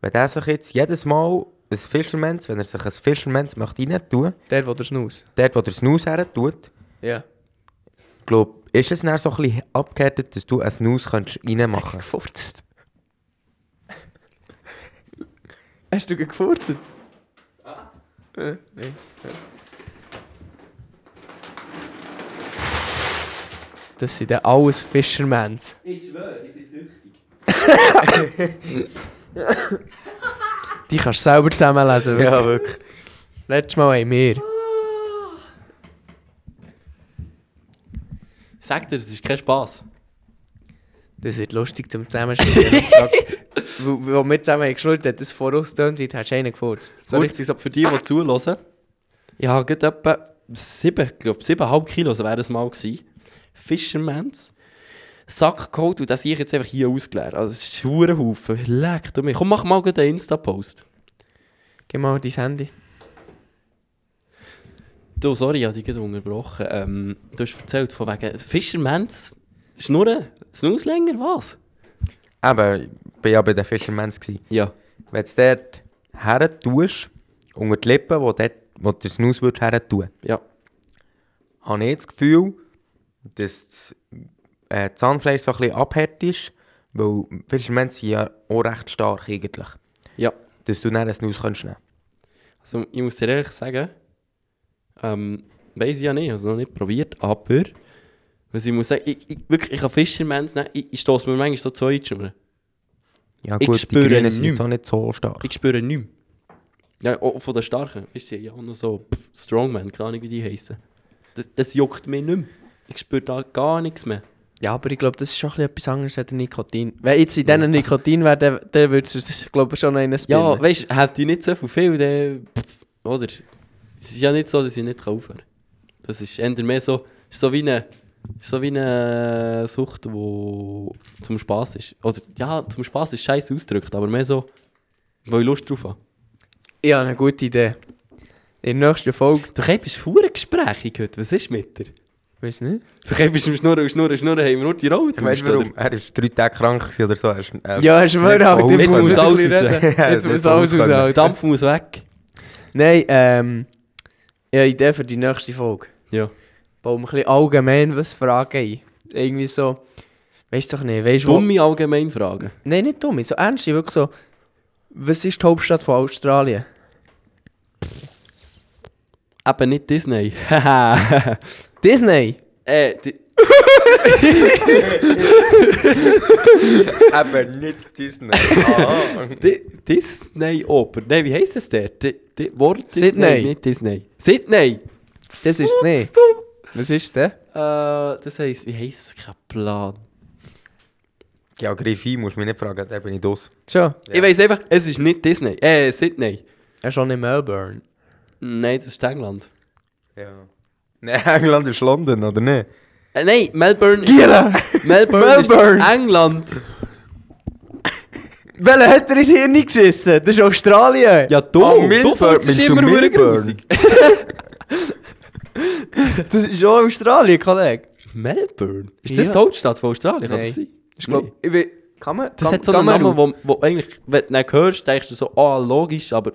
Speaker 3: Wenn er sich jetzt jedes Mal ein Fischermans, wenn er sich ein Fischermans möchte rein tun,
Speaker 2: Der, der den Schnauz.
Speaker 3: dort wo der Snus her tut,
Speaker 2: Ja.
Speaker 3: glaub, ist es dann so ein bisschen abgehärtet, dass du einen Snus kannst reinmachen kannst.
Speaker 2: Gefurzt. Hast du gefurzt? Ah. Nein. Das sind dann alles Fishermans.
Speaker 1: Ich schwöre, ich bin süchtig.
Speaker 2: Die kannst du selber zusammenlesen. wirklich.
Speaker 3: wirklich.
Speaker 2: Letztes Mal haben wir.
Speaker 1: Sag dir, es ist kein Spass.
Speaker 2: Das wird lustig zum Zusammenschneiden. Ich hab gefragt, wo, wo wir zusammen haben geschnurrt haben, das vorausgetönt wird, hast du einen gefurzt. So
Speaker 1: Gut,
Speaker 2: richtig so.
Speaker 1: für die, die zuhören, ich habe gerade etwa 7, glaube 7,5 Kilo wäre es mal gewesen. Fishermans. Sack geholt und das ich jetzt einfach hier ausgeleert. Also, es ist ein Haufen. Leck du mich. Komm, mach mal gerade einen Insta-Post.
Speaker 2: Gib mal dein Handy.
Speaker 1: Du, sorry, ich habe dich gerade unterbrochen. Ähm, du hast erzählt von wegen Fishermans. Schnurren? Snus länger? Was?
Speaker 3: Aber ich war ja bei den Fischermans. gewesen.
Speaker 1: Ja.
Speaker 3: Wenn du es dort her tust, unter die Lippen, wo, dort, wo der Snus würdest her tun,
Speaker 1: Ja.
Speaker 3: habe ich das Gefühl, dass das äh, Zahnfleisch so ein bisschen abhärtet ist, weil Fischermans sind ja auch recht stark eigentlich.
Speaker 1: Ja.
Speaker 3: Dass du dann einen Snus kannst nehmen
Speaker 1: Also ich muss dir ehrlich sagen, ähm, weiß ich ja nicht, also noch nicht probiert, aber was ich muss sagen, ich, ich, wirklich, ich kann Fischermans nehmen, ich, ich stoße mir manchmal so zwei in die Schnur.
Speaker 3: Ja
Speaker 1: Ich
Speaker 3: gut,
Speaker 1: spüre
Speaker 3: die Grünen sind
Speaker 1: nichts.
Speaker 3: jetzt auch nicht so stark.
Speaker 1: Ich spüre nichts. Ja, auch von den Starken, weißt du, ja auch noch so pff, Strongman, keine Ahnung wie die heißen. Das, das juckt mich nicht mehr. Ich spüre da gar nichts mehr.
Speaker 2: Ja, aber ich glaube, das ist schon ein bisschen etwas anderes als der Nikotin. Wenn jetzt in diesen Nikotin wäre, dann, dann würdest du es, glaube ich, schon noch in einen
Speaker 1: Ja,
Speaker 2: spielen.
Speaker 1: weißt du, hätte ich nicht so viel, viel dann, pff, oder? Es ist ja nicht so, dass ich nicht aufhören kann. Das ist eher mehr so, ist so wie eine, ist so wie eine Sucht, die zum Spass ist. Oder ja, zum Spass ist scheiße ausgedrückt, aber mehr so, weil ich Lust drauf habe.
Speaker 2: Ich habe eine gute Idee. In der nächsten Folge.
Speaker 1: Du Kepp bist hure gesprächig heute, was ist mit dir?
Speaker 2: Weißt du nicht?
Speaker 1: Du Kepp bist am Schnurren, Schnurren, Schnurren, haben wir nur die Rolle
Speaker 3: Weißt du warum? Er war drei Tage krank gewesen oder so. Er ist, äh,
Speaker 2: Ja, hast du mir
Speaker 3: nicht
Speaker 2: aber
Speaker 3: voll
Speaker 2: jetzt
Speaker 1: muss
Speaker 2: muss
Speaker 1: alles
Speaker 2: alles reden.
Speaker 3: raus. Ja,
Speaker 2: Jetzt
Speaker 3: nicht
Speaker 2: muss
Speaker 3: voll
Speaker 2: alles
Speaker 3: raus.
Speaker 1: Der
Speaker 2: raus.
Speaker 1: Dampf muss weg.
Speaker 2: Nein, ähm. Ich habe eine Idee für die nächste Folge.
Speaker 1: Ja.
Speaker 2: Bauen wir ein bisschen allgemein was Fragen ein. Irgendwie so. Weißt du doch nicht, weißt du. wo-
Speaker 1: Dumme Allgemeinfragen.
Speaker 2: Nein, nicht dumm. So ernst, wirklich so. Was ist die Hauptstadt von Australien?
Speaker 1: Eben nicht Disney. Haha.
Speaker 2: Disney!
Speaker 1: äh, die,
Speaker 3: Aber nicht Disney. Ah.
Speaker 1: Di- Disney Oper. Nein, wie heisst es der? Di Di Wort Disney,
Speaker 2: Sydney.
Speaker 1: nicht Disney. Sydney!
Speaker 2: Das ist es nicht.
Speaker 1: Dumm.
Speaker 2: Was ist denn?
Speaker 1: Äh, das heisst, wie heisst es? Kein Plan.
Speaker 3: Geografie musst du mich nicht fragen, da bin ich dos.
Speaker 2: Schon.
Speaker 1: Ich weiss einfach, es ist nicht Disney. Äh, Sydney.
Speaker 2: Er ist schon in Melbourne.
Speaker 1: Nein, das ist England.
Speaker 3: Ja. Nein, England ist London, oder nicht?
Speaker 1: Äh, nein, Melbourne.
Speaker 2: Giela!
Speaker 1: Melbourne,
Speaker 2: Melbourne.
Speaker 1: ist England.
Speaker 2: Welcher hat er ins Hirn geschissen? Das ist Australien!
Speaker 1: Ja, du,
Speaker 3: Ah,
Speaker 1: du
Speaker 3: Melbourne,
Speaker 1: furzt
Speaker 3: meinst du
Speaker 1: immer hure
Speaker 3: Melbourne?
Speaker 1: grusig.
Speaker 2: das ist auch Australien, Kollege.
Speaker 1: Melbourne? Ist das
Speaker 2: Ja.
Speaker 1: die Hauptstadt von Australien? Kann das sein?
Speaker 2: Nein. Ich glaube,
Speaker 1: Nee.
Speaker 2: ich will. Kann man?
Speaker 1: Das
Speaker 2: kann,
Speaker 1: hat so
Speaker 2: kann
Speaker 1: einen
Speaker 2: man-
Speaker 1: Namen, wo, wo eigentlich, wenn du ihn hörst, denkst du so, ah, logisch, aber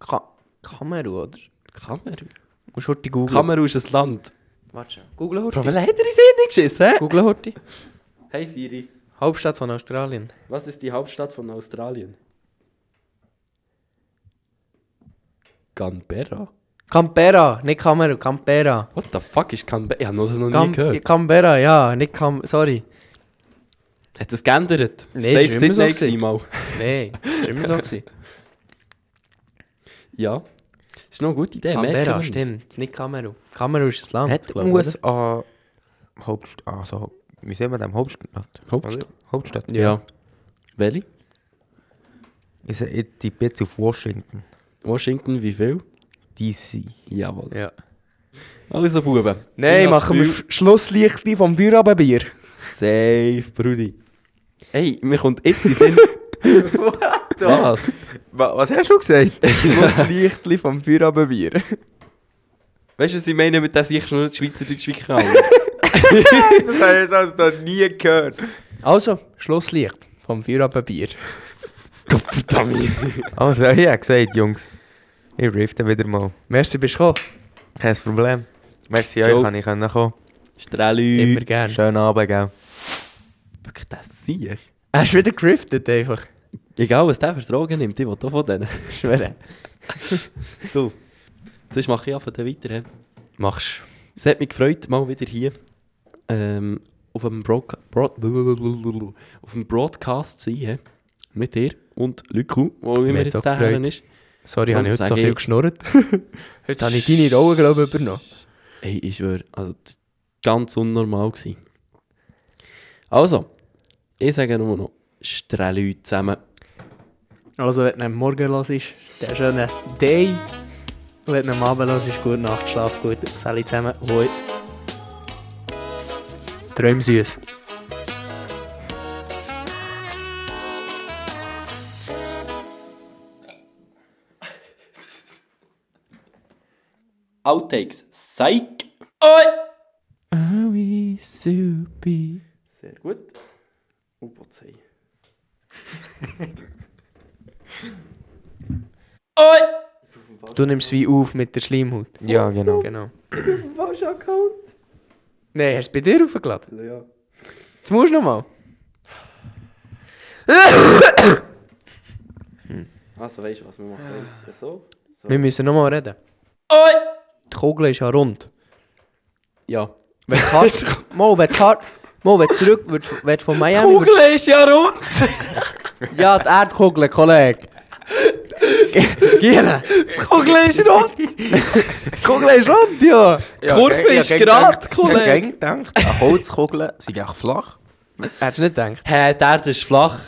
Speaker 2: Ka Kameru, oder?
Speaker 1: Kamerun.
Speaker 2: Musst Horti googlen.
Speaker 1: Kamerun ist ein Land.
Speaker 2: Warte schon. Google
Speaker 1: Bro,
Speaker 2: Horti.
Speaker 1: weil hat er ins Hirn geschissen? hä?
Speaker 2: Google Horti.
Speaker 1: Hey Siri,
Speaker 2: Hauptstadt von Australien.
Speaker 1: was ist die Hauptstadt von Australien? Canberra?
Speaker 2: Canberra, nicht Kameru, Canberra.
Speaker 1: What the fuck ist Canberra? Ich habe das noch nie
Speaker 2: Cam
Speaker 1: gehört.
Speaker 2: Canberra, ja, nicht Cam... Sorry.
Speaker 1: Hat das geändert?
Speaker 2: Nee,
Speaker 1: Safe
Speaker 2: ist immer so
Speaker 1: Sydney
Speaker 2: gewesen.
Speaker 1: gewesen mal.
Speaker 2: Nein, das war immer so. gewesen.
Speaker 1: Ja. Ist noch eine gute Idee, merken wir
Speaker 2: Canberra,
Speaker 1: uns.
Speaker 2: stimmt. Nicht Kameru. Kameru ist das Land,
Speaker 3: Hat
Speaker 2: glaub ich, oder?
Speaker 3: USA Hauptstadt, also ah, wie sehen wir dem Hauptstadt?
Speaker 1: Hauptstadt.
Speaker 3: Hauptstadt.
Speaker 1: Ja. Welche?
Speaker 3: Ich sag- ich tippe jetzt auf Washington
Speaker 1: Washington, wie viel?
Speaker 3: DC.
Speaker 1: Jawohl.
Speaker 2: Ja.
Speaker 1: Also, Buben. ich
Speaker 2: Nein,
Speaker 1: hab das
Speaker 2: machen wir
Speaker 1: Gefühl-
Speaker 2: F- Schlusslichtli vom Feierabendbier.
Speaker 1: Safe, Brudi. Hey, mir kommt jetzt in den Sinn. Was?
Speaker 3: Was hast du gesagt?
Speaker 2: Schlusslichtli vom Feierabendbier.
Speaker 1: Weißt du, was ich meine mit dem sich nur Schweizerdeutsch wie kann?
Speaker 3: Das habe ich jetzt also noch nie gehört.
Speaker 2: Also, Schlusslicht vom Feierabendbier.
Speaker 1: Gottverdammt.
Speaker 3: Also, ich habe gesagt, Jungs, ich rifte wieder mal.
Speaker 2: Merci, bist du gekommen.
Speaker 3: Kein Problem. Merci
Speaker 1: Ciao.
Speaker 3: euch, kann ich können kommen.
Speaker 1: Strahli.
Speaker 2: Immer gern.
Speaker 3: Schönen Abend, gell?
Speaker 1: Wirklich, das sehe ich.
Speaker 2: Hast du wieder geriftet einfach?
Speaker 1: Egal, was der für Drogen nimmt, ich will doch von denen.
Speaker 2: Schwere.
Speaker 1: Du. Sonst mache ich einfach dann weiter. hä?
Speaker 2: Machst
Speaker 1: Es hat mich gefreut, mal wieder hier ähm, auf, dem Broca- Broad auf dem Broadcast zu sein. hä? Mit dir und Lüku, wo immer
Speaker 2: hat's auch
Speaker 1: jetzt daheim
Speaker 2: gefreut.
Speaker 1: ist.
Speaker 2: Sorry, habe ich heute
Speaker 1: Sag
Speaker 2: so viel
Speaker 1: ich.
Speaker 2: geschnurrt. heute habe ich deine Rollen, glaube ich, übernommen.
Speaker 1: Ey, ich schwöre, also das war ganz unnormal. Gewesen. Also, ich sage nur noch, Strahli zusammen.
Speaker 2: Also, wenn du ihn am Morgen los ist, der schöne Day. Und wenn du ihn am Abend los ist, gute Nacht, schlaf gut. Sali zusammen. Hoi. Träum süß.
Speaker 1: Outtakes, Psych! Oi!
Speaker 2: Aui, supi.
Speaker 1: Sehr gut. Ubozei.
Speaker 2: Du nimmst es wie auf mit der Schleimhaut.
Speaker 3: Ja, genau.
Speaker 2: Genau.
Speaker 1: Was Account? Nou
Speaker 2: Nein, hast du es bei dir aufgeladen?
Speaker 1: Ja.
Speaker 2: Jetzt musst du nochmal.
Speaker 1: Also weißt du was, wir machen jetzt so. so.
Speaker 2: Wir müssen nochmal reden. Die Kugel ist ja rund.
Speaker 1: Ja.
Speaker 2: Wenn du hart. Mo, wenn du hart. Mo, wenn du zurück würdest, wenn du von Miami.
Speaker 1: ist ja rund!
Speaker 2: Ja, die Erdkugel, Kollege. Giele.
Speaker 1: Kugel ist rund!
Speaker 2: Die Kugel ist rund, ja.
Speaker 1: Die Kurve ist gerade, Kollege!
Speaker 3: Ich habe gedacht, eine Holzkugel sind echt flach.
Speaker 2: Hättest du nicht gedacht?
Speaker 1: Hä, die Erde ist flach.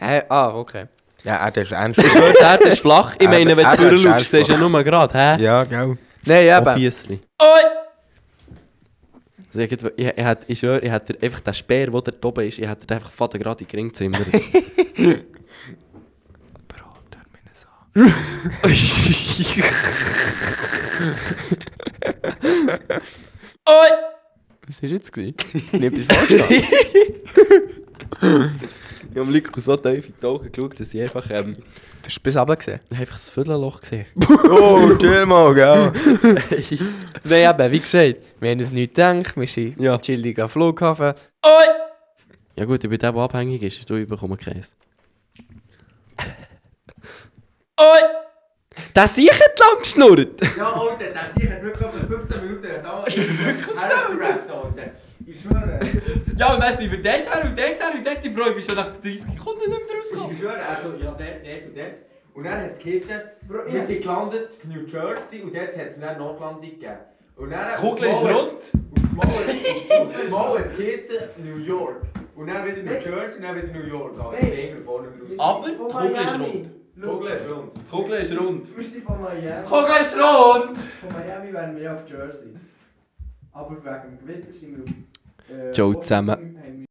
Speaker 2: Hä? ah, okay.
Speaker 3: Ja, er ist
Speaker 1: Ich
Speaker 3: ernst.
Speaker 1: schwöre, die Erde ist flach. Ich
Speaker 3: Eben,
Speaker 1: meine, wenn du
Speaker 3: Erde ist
Speaker 1: durchschaust, siehst du ja
Speaker 3: flach.
Speaker 1: nur gerade, hä?
Speaker 3: ja, gell?
Speaker 2: Nein, eben.
Speaker 1: Obviously. Also ich, hätte- ich, ich, hätte- ich schwöre, ich hätte dir einfach den Speer, der dort oben ist, ich hätte dir einfach Vater gerade in den Ring gezimmert.
Speaker 2: Was war jetzt? gewesen? Nicht etwas falsch gemacht.
Speaker 1: Ich habe Lukas so tief in die Augen geschaut, dass ich einfach, ähm,
Speaker 2: Du hast bis runter gesehen.
Speaker 1: einfach das Viertelloch gesehen
Speaker 3: Oh, chill mal, gell?
Speaker 2: Nein, eben, wie gesagt, wir haben es nicht gedacht. Wir sind
Speaker 1: Ja.
Speaker 2: chillig am Flughafen.
Speaker 1: Ja gut, ich bin der, der abhängig ist, du bekommst Käse. Oi! Der sichert lang geschnurrt!
Speaker 3: Ja, Alter, der sichert wirklich 15 Minuten. Da ist wirklich so, Alter. Ich schwöre,
Speaker 1: Ja, und dann sind wir dort her und dort her und dort, die Bräu, bist schon nach 30 Sekunden nicht mehr rausgekommen.
Speaker 3: schwöre, also, ja, der, der und der. Und dann hat es geheißen, wir sind gelandet in New Jersey und dort hat es eine Notlandung gegeben. Und dann
Speaker 1: Kugel ist rund.
Speaker 3: Und mal hat es geheißen, New York. Und dann wieder New Jersey und dann wieder New York. Alter, ich bin irgendwo nicht raus.
Speaker 1: Aber die Kugel ist rund.
Speaker 3: Kugel ist rund.
Speaker 1: Die Kugel ist rund. Die
Speaker 5: Wir sind von Miami.
Speaker 1: Kugel ist rund!
Speaker 5: Von Miami wären wir ja auf Jersey. Aber wegen dem Gewitter sind wir auf. äh,
Speaker 1: Ciao
Speaker 2: Øh,
Speaker 5: Washington,
Speaker 1: zusammen.
Speaker 5: haben wir